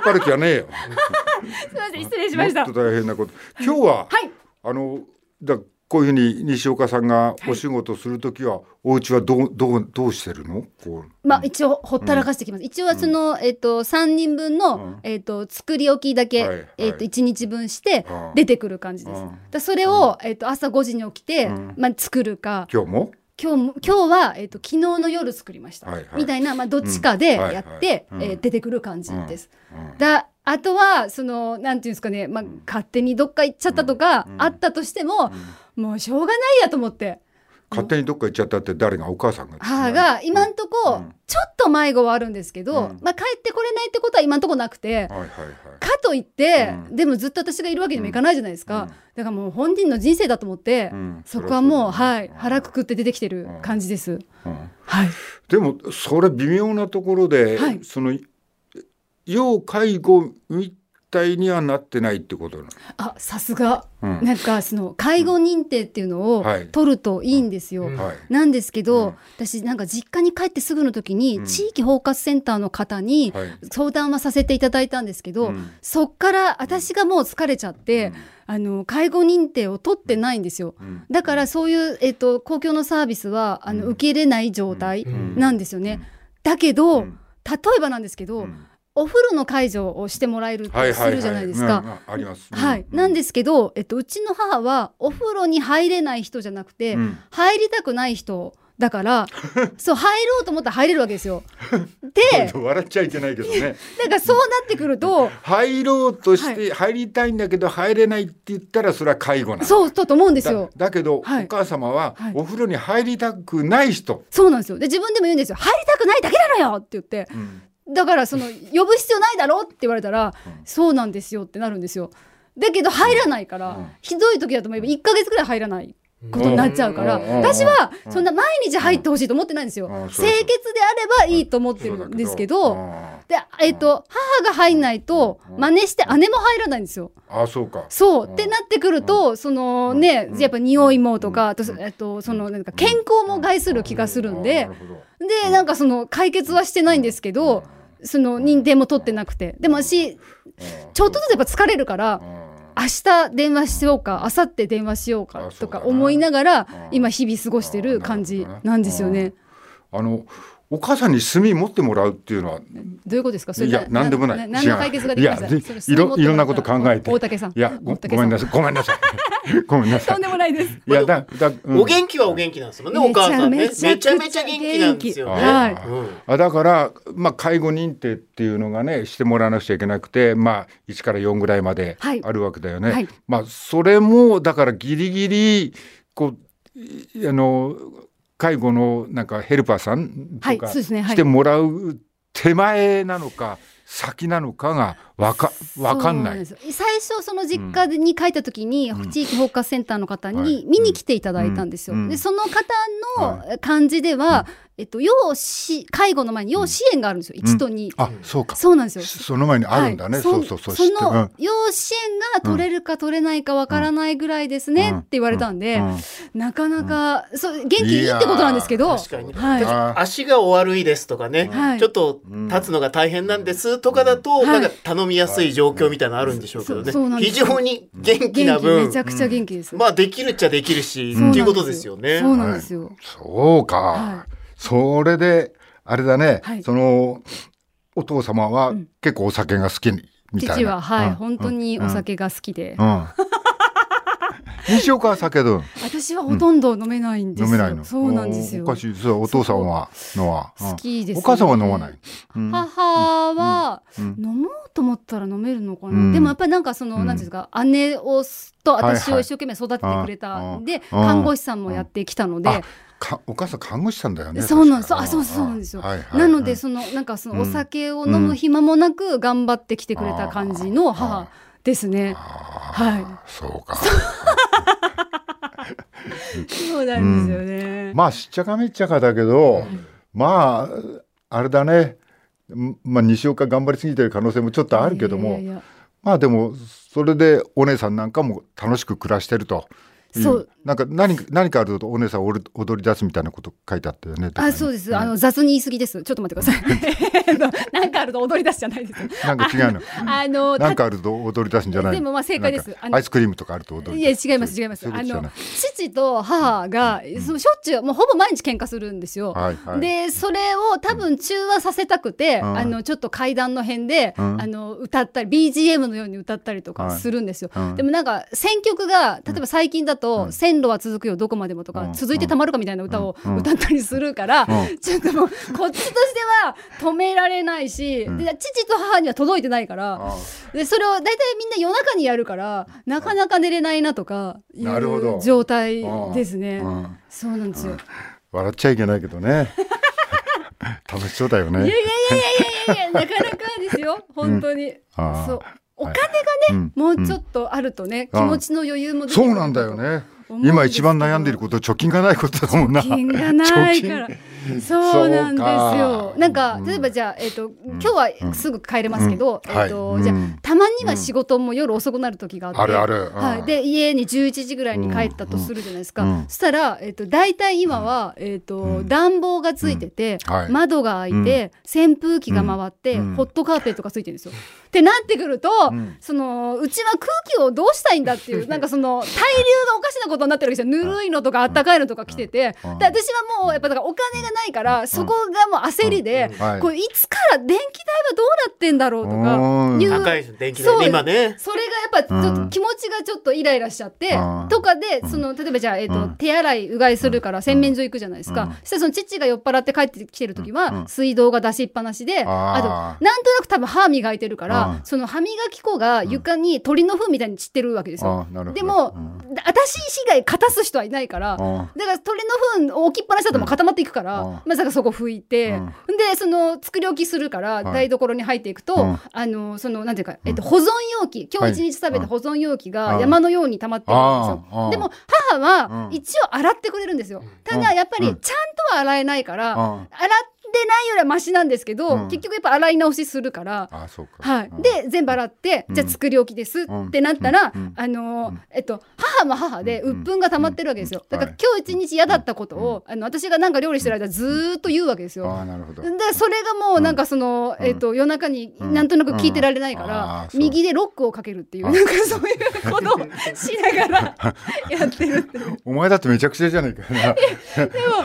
[SPEAKER 1] 張る気はねえよ
[SPEAKER 2] すみません失礼しました。
[SPEAKER 1] も
[SPEAKER 2] は
[SPEAKER 1] っと大変なこと今日は、
[SPEAKER 2] い。
[SPEAKER 1] あのだこういうふうに西岡さんがお仕事するときは、お家はどうどうどうしてるのこう
[SPEAKER 2] まあ一応ほったらかしてきます。一応はその、えっ、と三人分の、
[SPEAKER 1] うん
[SPEAKER 2] えっ、と作り置きだけ、
[SPEAKER 1] はいはい
[SPEAKER 2] えっ、と一日分して
[SPEAKER 1] うん
[SPEAKER 2] 出てくる感じです。
[SPEAKER 1] うん
[SPEAKER 2] だそれを、えっ、と朝5時に起きて、
[SPEAKER 1] うん
[SPEAKER 2] まあ作るか、
[SPEAKER 1] 今日も
[SPEAKER 2] 今日も今日はえっ、と昨日の夜作りました、
[SPEAKER 1] はいはい
[SPEAKER 2] みたいなまあどっちかで
[SPEAKER 1] うんはい
[SPEAKER 2] やって、
[SPEAKER 1] はいうん
[SPEAKER 2] えー出てくる感じです。
[SPEAKER 1] うん
[SPEAKER 2] だあとはそのなんていうんですかね、まあ、勝手にどっか行っちゃったとか、
[SPEAKER 1] うん
[SPEAKER 2] あったとしても、もうしょうがないやと思って
[SPEAKER 1] 勝手にどっか行っちゃったって誰がお母さんが
[SPEAKER 2] 母が今んとこ
[SPEAKER 1] うん
[SPEAKER 2] ちょっと迷子はあるんですけど、
[SPEAKER 1] うん
[SPEAKER 2] まあ、帰ってこれないってことは今んとこなくて、
[SPEAKER 1] はいはいはい
[SPEAKER 2] かといって、
[SPEAKER 1] うん
[SPEAKER 2] でもずっと私がいるわけにもいかないじゃないですか、
[SPEAKER 1] うん
[SPEAKER 2] だからもう本人の人生だと思って、
[SPEAKER 1] うん
[SPEAKER 2] そこはもう、
[SPEAKER 1] そりゃ
[SPEAKER 2] は
[SPEAKER 1] そう
[SPEAKER 2] い
[SPEAKER 1] だね
[SPEAKER 2] 腹くくって出てきてる感じです、
[SPEAKER 1] うん
[SPEAKER 2] はい
[SPEAKER 1] でもそれ微妙なところで、
[SPEAKER 2] はい
[SPEAKER 1] その要介護みたいにはなってないってことな
[SPEAKER 2] あさすが
[SPEAKER 1] の、うん
[SPEAKER 2] なんかその介護認定っていうのを
[SPEAKER 1] はい
[SPEAKER 2] 取るといいんですよ、
[SPEAKER 3] うん
[SPEAKER 1] はい
[SPEAKER 2] なんですけど、
[SPEAKER 1] うん
[SPEAKER 2] 私なんか実家に帰ってすぐの時に、
[SPEAKER 1] うん
[SPEAKER 2] 地域包括センターの方に
[SPEAKER 1] はい
[SPEAKER 2] 相談はさせていただいたんですけ
[SPEAKER 1] う
[SPEAKER 2] ど、
[SPEAKER 1] ん
[SPEAKER 2] そっから私がもう疲れちゃって、あの介護認定を取ってないんですよ。
[SPEAKER 1] うん
[SPEAKER 2] だからそういう、えっと公共のサービスはあの
[SPEAKER 1] うん
[SPEAKER 2] 受け入れない状態
[SPEAKER 3] うん
[SPEAKER 2] なんですよね。だけ
[SPEAKER 1] う
[SPEAKER 2] ど、
[SPEAKER 1] ん
[SPEAKER 2] 例えばなんですけど、
[SPEAKER 1] うん
[SPEAKER 2] お風呂の介助をしてもらえるとするじゃないです
[SPEAKER 1] うん
[SPEAKER 2] か。
[SPEAKER 1] ああります。
[SPEAKER 2] はい、なん
[SPEAKER 1] で、
[SPEAKER 2] ですけど、えっと、うちの母はお風呂に入れない人じゃなくて、
[SPEAKER 1] うん
[SPEAKER 2] 入りたくない人だから
[SPEAKER 1] [laughs]
[SPEAKER 2] そう入ろうと思ったら入れるわけですよ。で
[SPEAKER 1] 笑っちゃいけないけどね。
[SPEAKER 2] なんかそうなってくると
[SPEAKER 1] 入ろうとして、入りたいんだけど入れないって言ったらそれは介護なの
[SPEAKER 2] そうだと思うんです
[SPEAKER 1] だ
[SPEAKER 2] よ。
[SPEAKER 1] だけど、
[SPEAKER 2] はい
[SPEAKER 1] お母様は
[SPEAKER 2] はい
[SPEAKER 1] お風呂に入りたくない人、
[SPEAKER 2] そうなんですよで自分でも言うんですよ「入りたくないだけなのよ!」って言って
[SPEAKER 1] うん
[SPEAKER 2] だからその呼ぶ必要ないだろって言われたら「そうなんですよ」ってなるんですよ。だけど入らないから、
[SPEAKER 1] うん
[SPEAKER 2] ひどい時だと思えば1ヶ月ぐらい入らないことになっちゃうから、
[SPEAKER 1] うん
[SPEAKER 2] 私は
[SPEAKER 1] うん
[SPEAKER 2] そんな毎日入ってほしいと思ってないんですよ。
[SPEAKER 1] うん
[SPEAKER 2] 清潔であればいいと思ってるんですけど、
[SPEAKER 1] あ
[SPEAKER 2] で、えっと母が入んないと
[SPEAKER 1] うん
[SPEAKER 2] 真似して姉も入らないんですよ。
[SPEAKER 1] あそうか
[SPEAKER 2] そううんってなってくるとそのね
[SPEAKER 1] うん
[SPEAKER 2] やっぱ匂いもとかあと
[SPEAKER 1] うん
[SPEAKER 2] えっとそのなんか健康も害する気がするんで
[SPEAKER 1] あなるほど
[SPEAKER 2] でなんかその解決はしてないんですけどその認定も取ってなくてでも私ちょっとずつやっぱ疲れるから
[SPEAKER 1] うん
[SPEAKER 2] 明日電話しようか明後日電話しよう
[SPEAKER 1] あ
[SPEAKER 2] か
[SPEAKER 1] そ
[SPEAKER 2] と
[SPEAKER 1] うだ
[SPEAKER 2] か
[SPEAKER 1] な
[SPEAKER 2] 思いながら
[SPEAKER 1] ん
[SPEAKER 2] 今日々過ごしてる感じなんですよね。
[SPEAKER 1] あのお母さんに炭持ってもらうっていうのは
[SPEAKER 2] どういうことですかそれ
[SPEAKER 1] いや何でもない
[SPEAKER 2] 何の解決ができました
[SPEAKER 1] 違ういやでいろいろんなこと考えて
[SPEAKER 2] 大竹さん
[SPEAKER 1] いやご
[SPEAKER 2] 大
[SPEAKER 1] ご
[SPEAKER 2] 竹
[SPEAKER 1] め
[SPEAKER 2] さ
[SPEAKER 1] んなさいごめんなさいごめんなさ
[SPEAKER 2] と
[SPEAKER 1] い
[SPEAKER 2] んでもないです。
[SPEAKER 1] いやだだ、うん
[SPEAKER 3] お元気はお元気なんですもんね、お母さんね。めちゃめちゃ元気なんですよね。
[SPEAKER 1] は
[SPEAKER 2] はいい。
[SPEAKER 3] うん
[SPEAKER 1] あだから、まあ、介護認定っていうのがねしてもらわなくちゃいけなくて、まあ、1から4ぐらいまで
[SPEAKER 2] はい
[SPEAKER 1] あるわけだよね。
[SPEAKER 2] はい
[SPEAKER 1] まあ、それもだからギリギリこういあの介護のなんかヘルパーさん
[SPEAKER 2] は
[SPEAKER 1] と
[SPEAKER 2] い、
[SPEAKER 1] か
[SPEAKER 2] そうですね。はい。
[SPEAKER 1] してもらう手前なのか先なのかがわかわかんな
[SPEAKER 2] そう
[SPEAKER 1] い。
[SPEAKER 2] です最初その実家に帰った時に、
[SPEAKER 1] ん
[SPEAKER 2] 地域包括センターの方
[SPEAKER 1] はい
[SPEAKER 2] に見に来ていただいたんですよ。
[SPEAKER 1] うん
[SPEAKER 2] でその方の感じでは、えっと要し介護の前に要支援があるんですよ、1と2。
[SPEAKER 1] あそうか
[SPEAKER 2] そうなんですよ。
[SPEAKER 1] その前にあるんだね、
[SPEAKER 2] はい
[SPEAKER 1] そうそうそう
[SPEAKER 2] そ
[SPEAKER 1] 知って
[SPEAKER 2] の要支援が取れるか取れないかわからないぐらいですね、
[SPEAKER 1] うん
[SPEAKER 2] って言われたんで、
[SPEAKER 1] うんうん
[SPEAKER 2] なかなか、そう元気いいってことなんですけど、
[SPEAKER 3] 確かに、
[SPEAKER 2] はい
[SPEAKER 1] あー
[SPEAKER 3] 足がお悪いですとかね、
[SPEAKER 2] はい
[SPEAKER 3] ちょっと立つのが大変なんですとかだと、
[SPEAKER 2] うん
[SPEAKER 3] なんか頼みやすい状況みたいなのあるんでしょうけどね、
[SPEAKER 2] そうそうなんで
[SPEAKER 3] 非
[SPEAKER 2] すよ
[SPEAKER 3] 常に元気な
[SPEAKER 2] 元気め
[SPEAKER 3] 分
[SPEAKER 2] ちゃくちゃ元気です。
[SPEAKER 3] まあできるっちゃできるし、
[SPEAKER 2] そうなん
[SPEAKER 3] っていうことですよね。
[SPEAKER 2] そうなんですよ。
[SPEAKER 1] そうか、
[SPEAKER 2] は
[SPEAKER 1] それであれだね、
[SPEAKER 2] はい
[SPEAKER 1] そのお父様は
[SPEAKER 2] うん
[SPEAKER 1] 結構お酒が好きにみたいな
[SPEAKER 2] 父は、はい、
[SPEAKER 1] うん
[SPEAKER 2] 本当にお酒が好きで、
[SPEAKER 1] うん、
[SPEAKER 2] [laughs]
[SPEAKER 1] うん西岡は酒どう
[SPEAKER 2] 私はほとんど飲めないんですよ。
[SPEAKER 1] 飲めないの
[SPEAKER 2] そうなんですよ。
[SPEAKER 1] おおかしいそうお父さんはのは、うん
[SPEAKER 2] 好きです、
[SPEAKER 1] お母さんは飲まない、うん
[SPEAKER 2] 母は、
[SPEAKER 1] うん
[SPEAKER 2] 飲もうと思ったら飲めるのかな、
[SPEAKER 1] うん
[SPEAKER 2] でもやっぱりなんかその、
[SPEAKER 1] うん
[SPEAKER 2] なんていうんですか姉をすと私
[SPEAKER 1] はいは
[SPEAKER 2] を
[SPEAKER 1] い
[SPEAKER 2] 一生懸命育ててくれた、
[SPEAKER 1] あー
[SPEAKER 2] で
[SPEAKER 1] あー
[SPEAKER 2] 看護師さんもやってきたので、
[SPEAKER 1] あかお母さん看護師さんだよね
[SPEAKER 2] そうなん
[SPEAKER 1] 確か
[SPEAKER 2] そうあそうそうなんですよ
[SPEAKER 1] はいはい
[SPEAKER 2] なので
[SPEAKER 1] うん
[SPEAKER 2] そのなんかそ
[SPEAKER 1] うん
[SPEAKER 2] のお酒を飲む暇もなく頑張ってきてくれた感じの
[SPEAKER 1] あー
[SPEAKER 2] 母ですね。
[SPEAKER 1] あー
[SPEAKER 2] はい
[SPEAKER 1] そうか
[SPEAKER 2] そうなんですよね。
[SPEAKER 1] まあしっちゃかめっちゃかだけど、まああれだねんまあ西岡頑張りすぎてる可能性もちょっとあるけども
[SPEAKER 2] いやいやいや
[SPEAKER 1] まあでもそれでお姉さんなんかも楽しく暮らしてるという
[SPEAKER 2] そう
[SPEAKER 1] なんか何か何かあるとお姉さんおる踊り出すみたいなこと書いてあったよね
[SPEAKER 2] あ、そう
[SPEAKER 1] で
[SPEAKER 2] です。あの雑に言い過ぎです。ちょっと待ってください。 [laughs] え
[SPEAKER 1] [laughs]
[SPEAKER 2] っとなんかあると踊り出すじゃないです。
[SPEAKER 1] すなんか違うの
[SPEAKER 2] あ
[SPEAKER 1] [laughs]
[SPEAKER 2] の、
[SPEAKER 1] なん
[SPEAKER 2] た
[SPEAKER 1] かあると踊り出すんじゃない
[SPEAKER 2] でもまあ正解です
[SPEAKER 1] なんか
[SPEAKER 2] あの
[SPEAKER 1] アイスクリームとかあると踊
[SPEAKER 2] い
[SPEAKER 1] り
[SPEAKER 2] や
[SPEAKER 1] 出す
[SPEAKER 2] 違います
[SPEAKER 1] そう
[SPEAKER 2] 違います。
[SPEAKER 1] そううこ
[SPEAKER 2] あ
[SPEAKER 1] とじゃな
[SPEAKER 2] の
[SPEAKER 1] い
[SPEAKER 2] 父と母が、そうしょっちゅうもうほぼ毎日喧嘩するんですよ。
[SPEAKER 1] はいはい
[SPEAKER 2] でそれを多分中和させたくて、
[SPEAKER 1] ん
[SPEAKER 2] あのちょっと階段の辺で、
[SPEAKER 1] うん
[SPEAKER 2] あの歌ったり BGM のように歌ったりと
[SPEAKER 1] は
[SPEAKER 2] か
[SPEAKER 1] い
[SPEAKER 2] するんですよ。
[SPEAKER 1] うん
[SPEAKER 2] でもなんか選曲が例えば最近だと、線路は続くよどこまでもとか、続いてたまるかみたいな歌を歌ったりするから、ちょっともうこっちとしては止められないし、で父と母には届いてないから、でそれを大体みんな夜中にやるからなかなか寝れないなとかい
[SPEAKER 1] なるほど
[SPEAKER 2] う状態ですね。
[SPEAKER 1] うん
[SPEAKER 2] そうなんですよ。
[SPEAKER 1] 笑っちゃいけないけどね [laughs] 楽しそうだよ
[SPEAKER 2] いやい
[SPEAKER 1] ね
[SPEAKER 2] やいやい
[SPEAKER 1] [laughs]
[SPEAKER 2] やいやいやなかなかですよ本当に。
[SPEAKER 1] あー
[SPEAKER 2] そうお金が
[SPEAKER 1] う
[SPEAKER 2] ね、
[SPEAKER 1] ん
[SPEAKER 2] もうちょっとあるとね、
[SPEAKER 1] うん
[SPEAKER 2] 気持ちの余裕も出てく
[SPEAKER 1] そ
[SPEAKER 2] る
[SPEAKER 1] うなんだよね
[SPEAKER 2] 思うんですけど
[SPEAKER 1] 今一番悩んでいること貯金がないことだもんな
[SPEAKER 2] 金がな
[SPEAKER 1] [laughs]
[SPEAKER 2] いから
[SPEAKER 1] 貯
[SPEAKER 2] そうなんです
[SPEAKER 1] そう
[SPEAKER 2] よ
[SPEAKER 1] か。
[SPEAKER 2] なんか
[SPEAKER 1] うん
[SPEAKER 2] 例えばじゃあ、えっと今日はすぐ帰れますけど、
[SPEAKER 1] うん
[SPEAKER 2] えっと
[SPEAKER 1] はい
[SPEAKER 2] じゃあ
[SPEAKER 1] うん
[SPEAKER 2] たまには仕事も夜遅くなる時があって、
[SPEAKER 1] あるあるうん
[SPEAKER 2] はい、で家に11時ぐらいに帰ったとするじゃないですか、
[SPEAKER 1] うんうん
[SPEAKER 2] そしたら、えっと大体今は、えっと暖房がついてて、
[SPEAKER 1] うんはい
[SPEAKER 2] 窓が開いて、扇風機が回って、
[SPEAKER 1] うん
[SPEAKER 2] ホットカーペットがついてるんですよ。ってなってくると、
[SPEAKER 1] ん
[SPEAKER 2] そのうちは空気をどうしたいんだって
[SPEAKER 1] [laughs]
[SPEAKER 2] いうなんかその対流がおかしなことになってるわけですよぬるいのとかあったかいのとか来てて、
[SPEAKER 1] うん
[SPEAKER 2] で私はもうやっぱだからお金がないから、そこがもう焦りで、
[SPEAKER 1] うんはい
[SPEAKER 2] これいつから電気代はどうなってんだろうと
[SPEAKER 1] う
[SPEAKER 2] か
[SPEAKER 1] ん
[SPEAKER 2] いう
[SPEAKER 3] 高いです電気代
[SPEAKER 2] そう
[SPEAKER 3] ね今ね
[SPEAKER 2] それがやっぱちょっ
[SPEAKER 1] う
[SPEAKER 2] と
[SPEAKER 1] ん
[SPEAKER 2] 気持ちがちょっとイライラしちゃって、
[SPEAKER 1] うん
[SPEAKER 2] とかでその例えばじゃあ、えっと
[SPEAKER 1] うん
[SPEAKER 2] 手洗いうがいするから洗面所行くじゃないですか、
[SPEAKER 1] うん
[SPEAKER 2] そしたらその父が酔っ払って帰ってきてる時
[SPEAKER 1] うん
[SPEAKER 2] は水道が出しっぱなしで、
[SPEAKER 1] あー
[SPEAKER 2] あとなんとなく多分歯磨いてるから、
[SPEAKER 1] うん
[SPEAKER 2] その歯磨き粉が床に鳥の糞みたいに散ってるわけですよ
[SPEAKER 1] あ。ーなるほど
[SPEAKER 2] でも、私以外かたす人はいないから、
[SPEAKER 1] うん
[SPEAKER 2] だから鳥の糞置きっぱなしだともう固まっていくか
[SPEAKER 1] う
[SPEAKER 2] ら、
[SPEAKER 1] ん
[SPEAKER 2] まずそこ拭いて、
[SPEAKER 1] うん
[SPEAKER 2] でその作り置きするから
[SPEAKER 1] い
[SPEAKER 2] 台所に入っていくと、
[SPEAKER 1] うん
[SPEAKER 2] あのそのなんていうか、えっと、保存容器今
[SPEAKER 1] はい
[SPEAKER 2] 日一日食べた保存容器
[SPEAKER 1] う
[SPEAKER 2] が
[SPEAKER 1] ん
[SPEAKER 2] 山のように溜まってるんです
[SPEAKER 1] あーあー
[SPEAKER 2] よ。でも母は
[SPEAKER 1] うん
[SPEAKER 2] 一応洗ってくれるんですよ。た
[SPEAKER 1] う
[SPEAKER 2] だ
[SPEAKER 1] ん
[SPEAKER 2] やっぱり
[SPEAKER 1] う
[SPEAKER 2] ちゃ
[SPEAKER 1] ん
[SPEAKER 2] んとは洗えないか
[SPEAKER 1] う
[SPEAKER 2] ら、
[SPEAKER 1] ん
[SPEAKER 2] 洗ってないよりはマシなんですけど、
[SPEAKER 1] うん
[SPEAKER 2] 結局やっぱ洗い直しするから。
[SPEAKER 1] あーそうか
[SPEAKER 2] はい
[SPEAKER 1] うん、
[SPEAKER 2] で全部洗って、
[SPEAKER 1] うん
[SPEAKER 2] じゃあ作り置きです
[SPEAKER 1] うん
[SPEAKER 2] ってなったら、
[SPEAKER 1] うん
[SPEAKER 2] あのーえっと、母も母で
[SPEAKER 1] うん
[SPEAKER 2] 鬱憤が溜まってるわけですよ、
[SPEAKER 1] うん
[SPEAKER 2] だから今日一日嫌だったことを、あの私がなんか料理してる間ずーっと言うわけですよ。
[SPEAKER 1] あーなるほど
[SPEAKER 2] でそれがもうなんかその、えっと夜中に
[SPEAKER 1] うん
[SPEAKER 2] なんとなく聞いてられないか
[SPEAKER 1] うんあ
[SPEAKER 2] ら
[SPEAKER 1] ー、そう
[SPEAKER 2] 右でロックをかけるっていうなんかそういうことをしな
[SPEAKER 1] [laughs]
[SPEAKER 2] がらやってるっていう
[SPEAKER 1] お前だってめちゃくちゃじゃ
[SPEAKER 2] [laughs]
[SPEAKER 1] ないか [laughs] な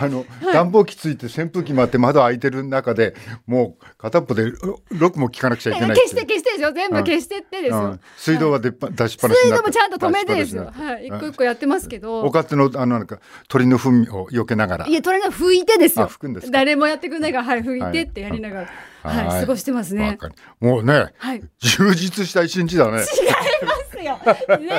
[SPEAKER 1] あの、暖房機ついて扇風機回って窓開いてる中でもう片っぽでロロックも聞かなくちゃいけない
[SPEAKER 2] 消して
[SPEAKER 1] て
[SPEAKER 2] 消してですよ全部
[SPEAKER 1] うん
[SPEAKER 2] 消してってですよ、
[SPEAKER 1] うん水道は出っぱ出しっぱなしに
[SPEAKER 2] 水
[SPEAKER 1] なっ
[SPEAKER 2] 道
[SPEAKER 1] て
[SPEAKER 2] もちゃんと止めて
[SPEAKER 1] 出
[SPEAKER 2] で
[SPEAKER 1] し
[SPEAKER 2] す
[SPEAKER 1] っぱ
[SPEAKER 2] よ、
[SPEAKER 1] なしになっ
[SPEAKER 2] は
[SPEAKER 1] て
[SPEAKER 2] い、一個一個やってますけど
[SPEAKER 1] お勝手のあのなんか鳥の糞を避けながら
[SPEAKER 2] いや、トレーナー拭いてですよ。
[SPEAKER 1] あ拭くんですか
[SPEAKER 2] 誰もやってくれないから、はい、拭いてってやりながら、はい、過ごしてます
[SPEAKER 1] わ
[SPEAKER 2] ね。
[SPEAKER 1] かるもうね、
[SPEAKER 2] はい。違い
[SPEAKER 1] 充実した一日だね。
[SPEAKER 2] ますよ。全然違いま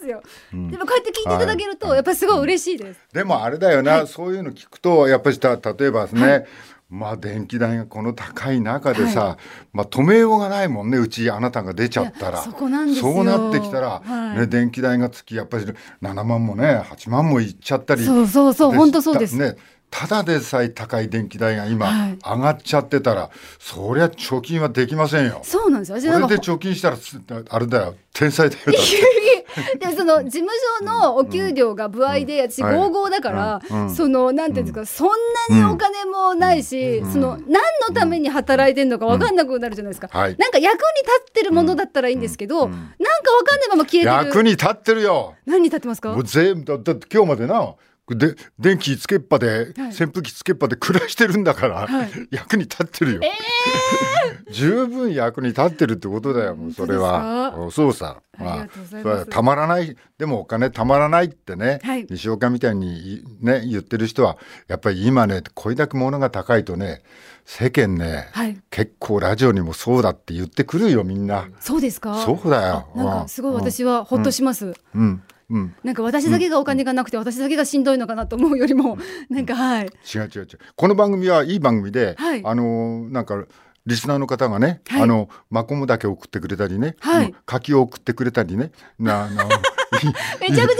[SPEAKER 2] すよ。でも、こうやって聞いていただけると、やっぱりすごい嬉しいです。
[SPEAKER 1] でもあれだよな、そういうの聞くとやっぱりた例えばね、まあ電気代がこの高い中でさ、まあ止めようがないもんねうちあなたが出ちゃった
[SPEAKER 2] い
[SPEAKER 1] ら
[SPEAKER 2] やそこなんですよ
[SPEAKER 1] そうなってきたら、
[SPEAKER 2] はい
[SPEAKER 1] ね、電気代が月やっぱり7万もね8万もいっちゃったり
[SPEAKER 2] そうそうそう
[SPEAKER 1] で
[SPEAKER 2] 本当そうです
[SPEAKER 1] ねただでさえ高い電気代が今
[SPEAKER 2] はい
[SPEAKER 1] 上がっちゃってたら、そりゃ貯金はできませんよ。
[SPEAKER 2] そうなんですよ。
[SPEAKER 1] こ
[SPEAKER 2] 私なん
[SPEAKER 1] れ
[SPEAKER 2] か
[SPEAKER 1] で貯金したらつあれだよ天才だよだって
[SPEAKER 2] でその事務所のお給料が歩合で、私
[SPEAKER 1] はい
[SPEAKER 2] 55だから、
[SPEAKER 1] うん
[SPEAKER 2] そのなんていうんですか、そんなにお金もないし、その何のために働いてるのか分かんなくなるじゃないですか、
[SPEAKER 1] うんはい
[SPEAKER 2] なんか役に立ってるものだったらいいんですけど、なんか分かんないまま消えてる
[SPEAKER 1] 役に立ってるよ
[SPEAKER 2] 何に立ってますか
[SPEAKER 1] もう全部だだって今日までなで電気つけっぱで、扇風機つけっぱで暮らしてるんだから、
[SPEAKER 2] はい
[SPEAKER 1] 役に立ってるよ、 [laughs] 十分役に立ってるってことだよもうそれは
[SPEAKER 2] 本
[SPEAKER 1] そうさ
[SPEAKER 2] ありがとうございます
[SPEAKER 1] それはたまらないでもお金たまらないってね、
[SPEAKER 2] はい
[SPEAKER 1] 西岡みたいにいね言ってる人はやっぱり今ねこれだけ物が高いとね世間ね、
[SPEAKER 2] はい
[SPEAKER 1] 結構ラジオにもそうだって言ってくるよみんな、
[SPEAKER 2] そうですか
[SPEAKER 1] そうだよ
[SPEAKER 2] なんかすごい私はほっとします、
[SPEAKER 1] うんうん
[SPEAKER 2] なんか私だけがお金がなくて、私だけがしんどいのかなと思うよりも、 [laughs] なん
[SPEAKER 1] [laughs]
[SPEAKER 2] かはい
[SPEAKER 1] 違う違う違うこの番組はいい番組で、
[SPEAKER 2] はい
[SPEAKER 1] あのーなんかリスナーの方がね、
[SPEAKER 2] はい
[SPEAKER 1] あのマコモだけ送ってくれたりね、
[SPEAKER 2] はい
[SPEAKER 1] うん柿を送ってくれたりねなあ
[SPEAKER 2] [laughs]
[SPEAKER 1] の
[SPEAKER 2] めちゃくち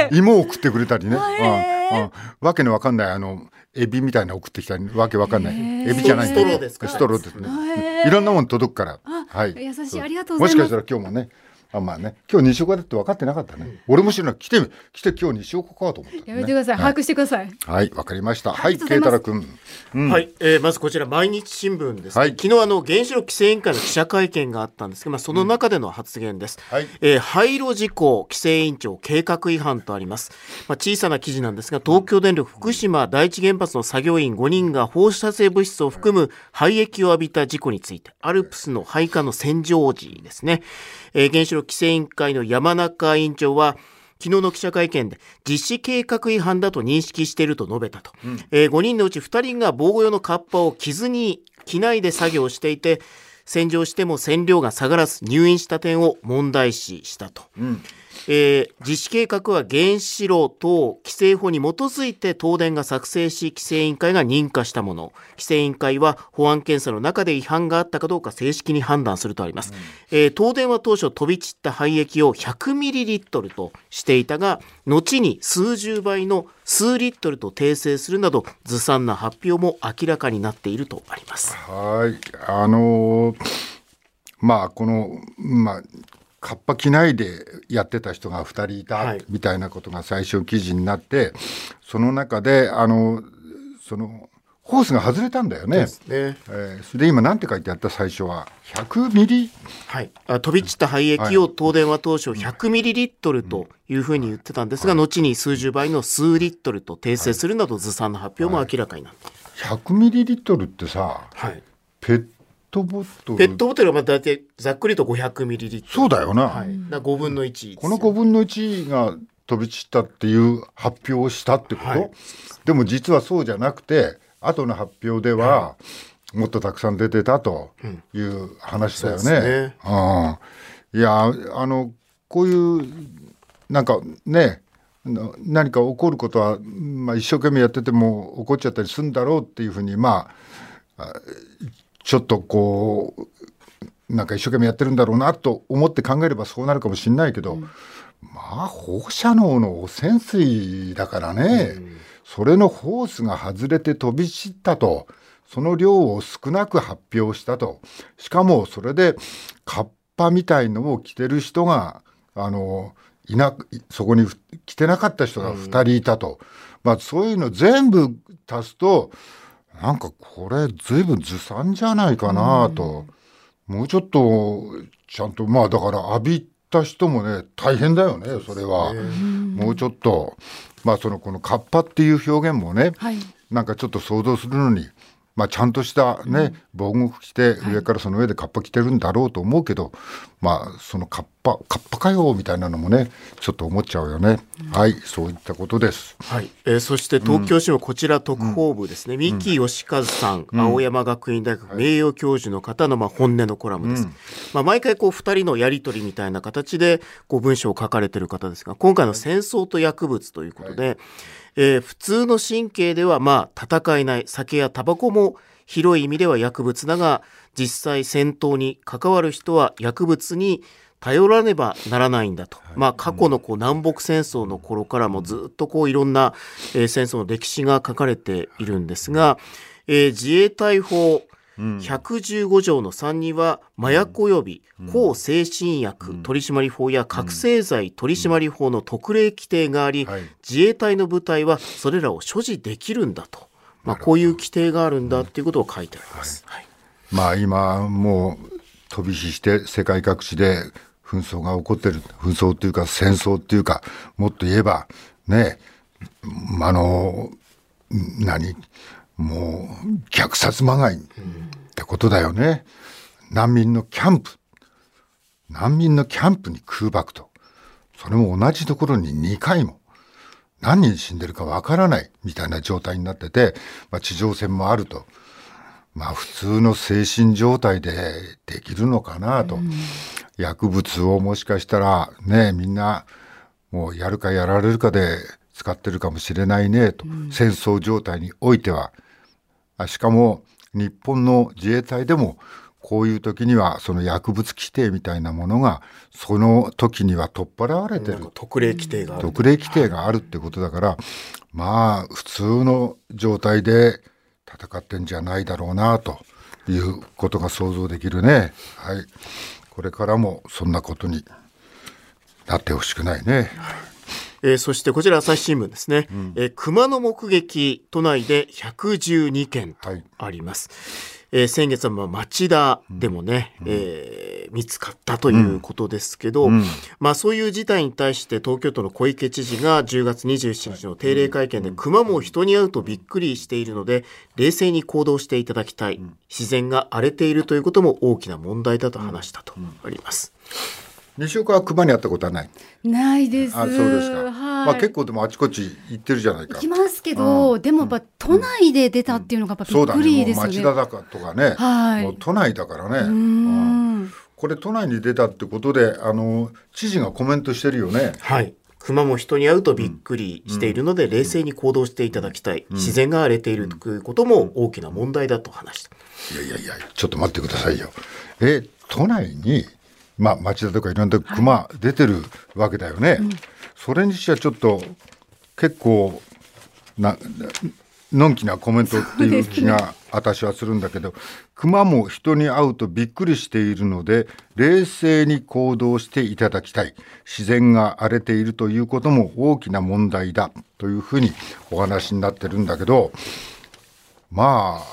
[SPEAKER 2] ゃ優しい
[SPEAKER 1] 芋を送ってくれたりね、
[SPEAKER 2] あへー
[SPEAKER 1] うんうんわけのわかんないあのエビみたいなの送ってきたりわけわかんない
[SPEAKER 2] へー
[SPEAKER 1] エビじゃない
[SPEAKER 2] ストロー
[SPEAKER 3] ですか
[SPEAKER 1] ストローですね
[SPEAKER 2] へー
[SPEAKER 1] いろんなもの届くから
[SPEAKER 2] あ
[SPEAKER 1] はい
[SPEAKER 2] 優しい
[SPEAKER 1] そう
[SPEAKER 2] ありがとうござい
[SPEAKER 1] も
[SPEAKER 2] ま
[SPEAKER 1] し
[SPEAKER 2] す
[SPEAKER 1] かしたら今日もねあまあね今日西岡だって分かってなかったね俺も知らない来て来て今日西岡かと思った、ね、
[SPEAKER 2] やめてください、把握してください
[SPEAKER 1] はいわかりましたはい
[SPEAKER 2] ありが
[SPEAKER 1] 慶
[SPEAKER 2] とうご
[SPEAKER 1] 太
[SPEAKER 2] ざいま
[SPEAKER 1] 郎
[SPEAKER 2] す
[SPEAKER 1] 君
[SPEAKER 3] はい、えーまずこちら毎日新聞です、ね
[SPEAKER 1] はい
[SPEAKER 3] 昨日あの原子力規制委員会の記者会見があったんですけど、まあ、その中での発言です、
[SPEAKER 1] はい
[SPEAKER 3] えー廃炉事項規制委員長計画違反とあります、まあ、小さな記事なんですが東京電力福島第一原発の作業員5人が放射性物質を含む廃液を浴びた事故についてアルプスの配下の洗浄時ですね、えー原子力規制委員会の山中委員長は昨日の記者会見で実施計画違反だと認識していると述べたと、えー5人のうち2人が防護用のカッパを着ずに機内で作業していて洗浄しても線量が下がらず入院した点を問題視したと、えー実施計画は原子炉等規制法に基づいて東電が作成し規制委員会が認可したもの規制委員会は保安検査の中で違反があったかどうか正式に判断するとあります、えー東電は当初飛び散った廃液を100ミリリットルとしていたが後に数十倍の数リットルと訂正するなどずさんな発表も明らかになっているとあります
[SPEAKER 1] はい、あのーまあこの、まあ、カッパ着ないでやってた人が2人い
[SPEAKER 3] は
[SPEAKER 1] た
[SPEAKER 3] い
[SPEAKER 1] みたいなことが最初記事になって、その中であのそのホースが外れたんだよね。
[SPEAKER 3] ね
[SPEAKER 1] えーそれで今なんて書いてあった最初は100ミリ
[SPEAKER 3] はい、あ飛び散った廃液を東電は当初100ミリリットルというふうに言ってたんですが、後に数十倍の数リットルと訂正するなどずさんの発表も明らかになっている、
[SPEAKER 1] 100ミリリットルってさ
[SPEAKER 3] はい、
[SPEAKER 1] ペットボトル
[SPEAKER 3] ペットボトルはまあ大体ざっくりと500ミリリットル
[SPEAKER 1] そうだよな、
[SPEAKER 3] はい、だ5分の1ですよ
[SPEAKER 1] この5分の1が飛び散ったっていう発表をしたってこと、
[SPEAKER 3] はい
[SPEAKER 1] でも実はそうじゃなくて後の発表では、もっとたくさん出てたという話だよね。
[SPEAKER 3] そうですね
[SPEAKER 1] うん、いやあのこういうなんかねな何か起こることは、まあ、一生懸命やってても起こっちゃったりするんだろうっていうふうにまあちょっとこうなんか一生懸命やってるんだろうなと思って考えればそうなるかもしれないけど、まあ放射能の汚染水だからね、それのホースが外れて飛び散ったとその量を少なく発表したとしかもそれでカッパみたいのを着てる人があのいなくそこにふ着てなかった人が2人いたと、まあ、そういうの全部足すとなんかこれ随分ずさんじゃないかなと、もうちょっとちゃんとまあだから浴びた人もね大変だよねそれは、もうちょっとまあそのこの「カッパ」っていう表現もね、
[SPEAKER 2] はい
[SPEAKER 1] なんかちょっと想像するのに、まあ、ちゃんとしたね、防護服着て上からその上でカッパ着てるんだろうと思うけど、まあそのカッパカッパかよみたいなのもねちょっと思っちゃうよね、はいそういったことです。
[SPEAKER 3] はいえーそして東京新聞、こちら特報部ですね、三木義和さん、青山学院大学名誉教授の方のまあ本音のコラムです、まあ、毎回こう2人のやり取りみたいな形でこう文章を書かれてる方ですが今回の「戦争と薬物」ということで、えー普通の神経ではまあ戦えない酒やタバコも広い意味では薬物だが実際戦闘に関わる人は薬物に頼らねばならないんだと、まあ、過去のこう南北戦争の頃からもずっとこういろんな、えー戦争の歴史が書かれているんですが、えー自衛隊法115条の3には麻薬及び向精神薬取締法や覚醒剤取締法の特例規定があり、
[SPEAKER 1] はい
[SPEAKER 3] 自衛隊の部隊はそれらを所持できるんだと、まあ、こういう規定があるんだっていうことを書いてあります。はい
[SPEAKER 1] まあ今もう飛び火して世界各地で紛争が起こってる紛争っていうか戦争っていうかもっと言えばねうんあのん何もう虐殺まがいってことだよね難民のキャンプ難民のキャンプに空爆とそれも同じところに2回も何人死んでるかわからないみたいな状態になってて、まあ、地上戦もあると。まあ普通の精神状態でできるのかなと、薬物をもしかしたらねみんなもうやるかやられるかで使ってるかもしれないねと、戦争状態においてはあしかも日本の自衛隊でもこういう時にはその薬物規定みたいなものがその時には取っ払われて
[SPEAKER 3] なん
[SPEAKER 1] る
[SPEAKER 3] か特例規定がある
[SPEAKER 1] 特例規定があるってことだから、まあ普通の状態で戦ってんじゃないだろうなということが想像できるね。はい、これからもそんなことになってほしくないね。
[SPEAKER 3] えーそしてこちら朝日新聞ですね、えー熊の目撃都内で112件と
[SPEAKER 1] はい
[SPEAKER 3] あります、えー先月はまあ町田でもね、えー見つかったということですけど、まあ、そういう事態に対して東京都の小池知事が10月27日の定例会見で熊も人に会うとびっくりしているので冷静に行動していただきたい自然が荒れているということも大きな問題だと話したとあります。
[SPEAKER 1] 西岡は熊に会ったことはない。
[SPEAKER 2] ないです。
[SPEAKER 1] あ、そうですか。
[SPEAKER 2] はい。
[SPEAKER 1] まあ結構でもあちこち行ってるじゃない
[SPEAKER 2] 行
[SPEAKER 1] か
[SPEAKER 2] き。ますけど、でもやっぱ都内で出たっていうのがやっぱ
[SPEAKER 1] そ
[SPEAKER 2] び
[SPEAKER 1] う
[SPEAKER 2] っ
[SPEAKER 1] だ
[SPEAKER 2] く
[SPEAKER 1] ね。
[SPEAKER 2] り
[SPEAKER 1] もう
[SPEAKER 2] です
[SPEAKER 1] 町
[SPEAKER 2] よね。
[SPEAKER 1] 田だかとかね。
[SPEAKER 2] はい
[SPEAKER 1] もう都内だからね。
[SPEAKER 2] うーん
[SPEAKER 1] これ都内に出たってことで、あの知事がコメントしてるよね。
[SPEAKER 3] はい。熊も人に会うとびっくりしているので、冷静に行動していただきたい。自然が荒れているということも大きな問題だと話した。
[SPEAKER 1] いやいやいや、ちょっと待ってくださいよ。え、都内に、まあ、町田とかいろんなとこ熊出てるわけだよね。それにしてはちょっと、結構、な、のんきなコメントっていう気が私はするんだけど、熊も人に会うとびっくりしているので、冷静に行動していただきたい。自然が荒れているということも大きな問題だというふうにお話になってるんだけど、まあ、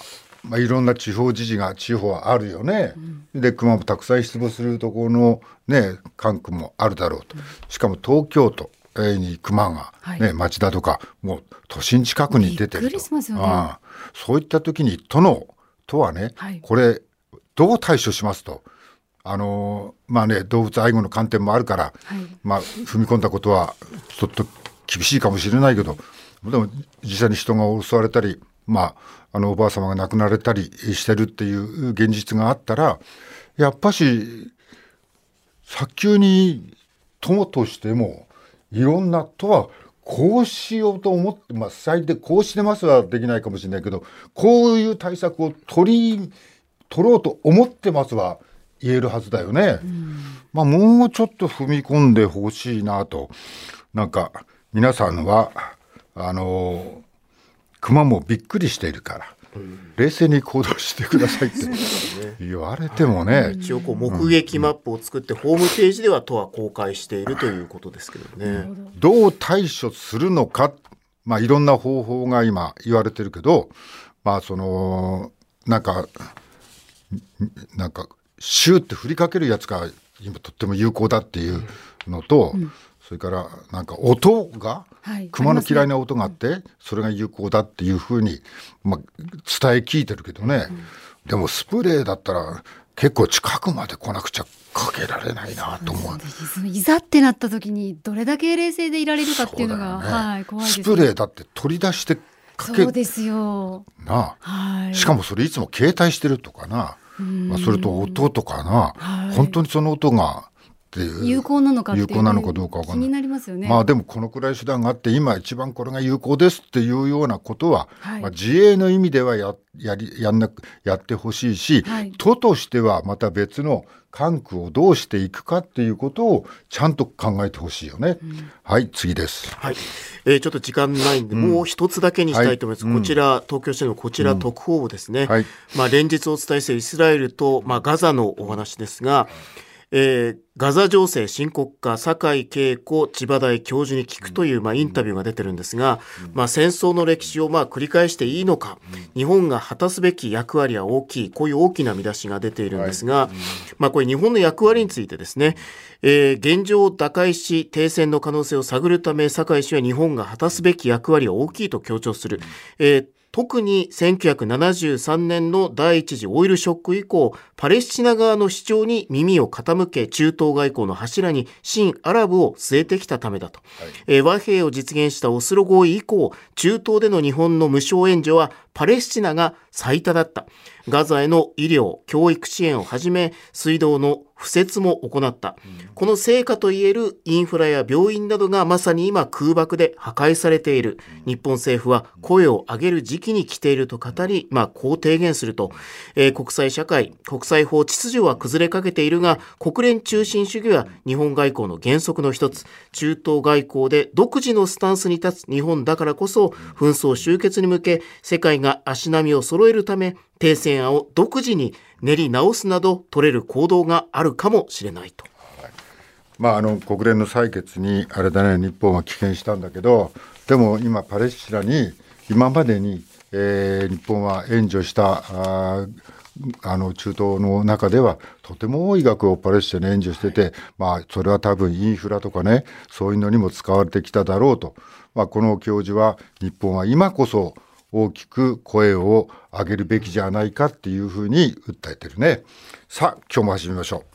[SPEAKER 1] まあ、いろんな地方自治が地方はあるよね、で熊もたくさん出没するところの、ね、管区もあるだろうと、しかも東京都えーに熊が、
[SPEAKER 2] はい
[SPEAKER 1] ね町田とかもう都心近くに出てると
[SPEAKER 2] びっくりしますよね
[SPEAKER 1] ああそういった時に都の都はね、
[SPEAKER 2] はい
[SPEAKER 1] これどう対処しますと。あのーまあね、動物愛護の観点もあるから、
[SPEAKER 2] はい
[SPEAKER 1] まあ、踏み込んだことはちょっと厳しいかもしれないけどでも実際に人が襲われたり、まあ、あのおばあ様が亡くなられたりしてるっていう現実があったらやっぱし早急に友としてもいろんなとはこうしようと思って、まあ、最低こうしてますはできないかもしれないけどこういう対策を取り取ろうと思ってますは言えるはずだよね。まあ、もうちょっと踏み込んでほしいなとなんか皆さんはあの熊もびっくりしているから。冷静に行動してくださいって言われてもね、
[SPEAKER 3] 一応こう目撃マップを作って、ホームページでは都は公開しているということですけどね。
[SPEAKER 1] どう対処するのか、まあ、いろんな方法が今言われてるけど、まあ、そのなんかなんかシューって振りかけるやつが今とっても有効だっていうのと、それからなんか音が、
[SPEAKER 2] はい
[SPEAKER 1] 熊の嫌
[SPEAKER 2] あ
[SPEAKER 1] い
[SPEAKER 2] りますね
[SPEAKER 1] な音があって、それが有効だっていうふうに、まあ、伝え聞いてるけどね、でもスプレーだったら結構近くまで来なくちゃかけられないなと思う。
[SPEAKER 2] そのいざってなった時にどれだけ冷静でいられるかっていうのが
[SPEAKER 1] そうだよね
[SPEAKER 2] はい怖いです
[SPEAKER 1] ス
[SPEAKER 2] ね
[SPEAKER 1] プレーだって取り出してかけ
[SPEAKER 2] そうですよ
[SPEAKER 1] なあ
[SPEAKER 2] はい
[SPEAKER 1] しかもそれいつも携帯してるとかな、まあ、それと音とかな、
[SPEAKER 2] はい
[SPEAKER 1] 本当にその音がっていう
[SPEAKER 2] 有効なのかっていうね
[SPEAKER 1] 有効なのかどうかわかんない
[SPEAKER 2] 気になりますよね
[SPEAKER 1] まあでもこのくらい手段があって今一番これが有効ですっていうようなことは、
[SPEAKER 2] はい
[SPEAKER 1] まあ、自衛の意味ではややりやんなくやってほしいし、
[SPEAKER 2] はい
[SPEAKER 1] 都としてはまた別の管区をどうしていくかっていうことをちゃんと考えてほしいよね。はい次です。
[SPEAKER 3] はい、えーちょっと時間ないんで、もう一つだけにしたいと思います。
[SPEAKER 1] はいうん
[SPEAKER 3] こちら、東京市のこちら特報部ですね。
[SPEAKER 1] はい
[SPEAKER 3] まあ、連日お伝えしているイスラエルと、まあ、ガザのお話ですが、えーガザ情勢深刻化、酒井恵子千葉大教授に聞くという、まあ、インタビューが出てるんですが、まあ、戦争の歴史を、まあ、繰り返していいのか、日本が果たすべき役割は大きい、こういう大きな見出しが出ているんですが、まあ、これ日本の役割についてですね、えー現状を打開し、停戦の可能性を探るため、酒井氏は日本が果たすべき役割は大きいと強調する。えー特に1973年の第一次オイルショック以降、パレスチナ側の主張に耳を傾け、中東外交の柱に新アラブを据えてきたためだと。えー和平を実現したオスロ合意以降、中東での日本の無償援助はパレスチナが最多だった。ガザへの医療、教育支援をはじめ、水道の敷設も行った。この成果といえるインフラや病院などがまさに今空爆で破壊されている。日本政府は声を上げる時期に来ていると語り、まあ、こう提言すると、えー国際社会、国際法秩序は崩れかけているが、国連中心主義は日本外交の原則の一つ、中東外交で独自のスタンスに立つ日本だからこそ、紛争終結に向け、世界が足並みを揃えるため、停戦案を独自に練り直すなど取れる行動があるかもしれないと。
[SPEAKER 1] まあ、あの国連の採決にあれだね日本は棄権したんだけどでも今パレスチナに今までに、えー日本は援助したあーあの中東の中ではとても多い額をパレスチナに援助してて、まあ、それは多分インフラとかねそういうのにも使われてきただろうと、まあ、この教授は日本は今こそ大きく声を上げるべきじゃないかっていうふうに訴えてるね。さあ今日も始めましょう。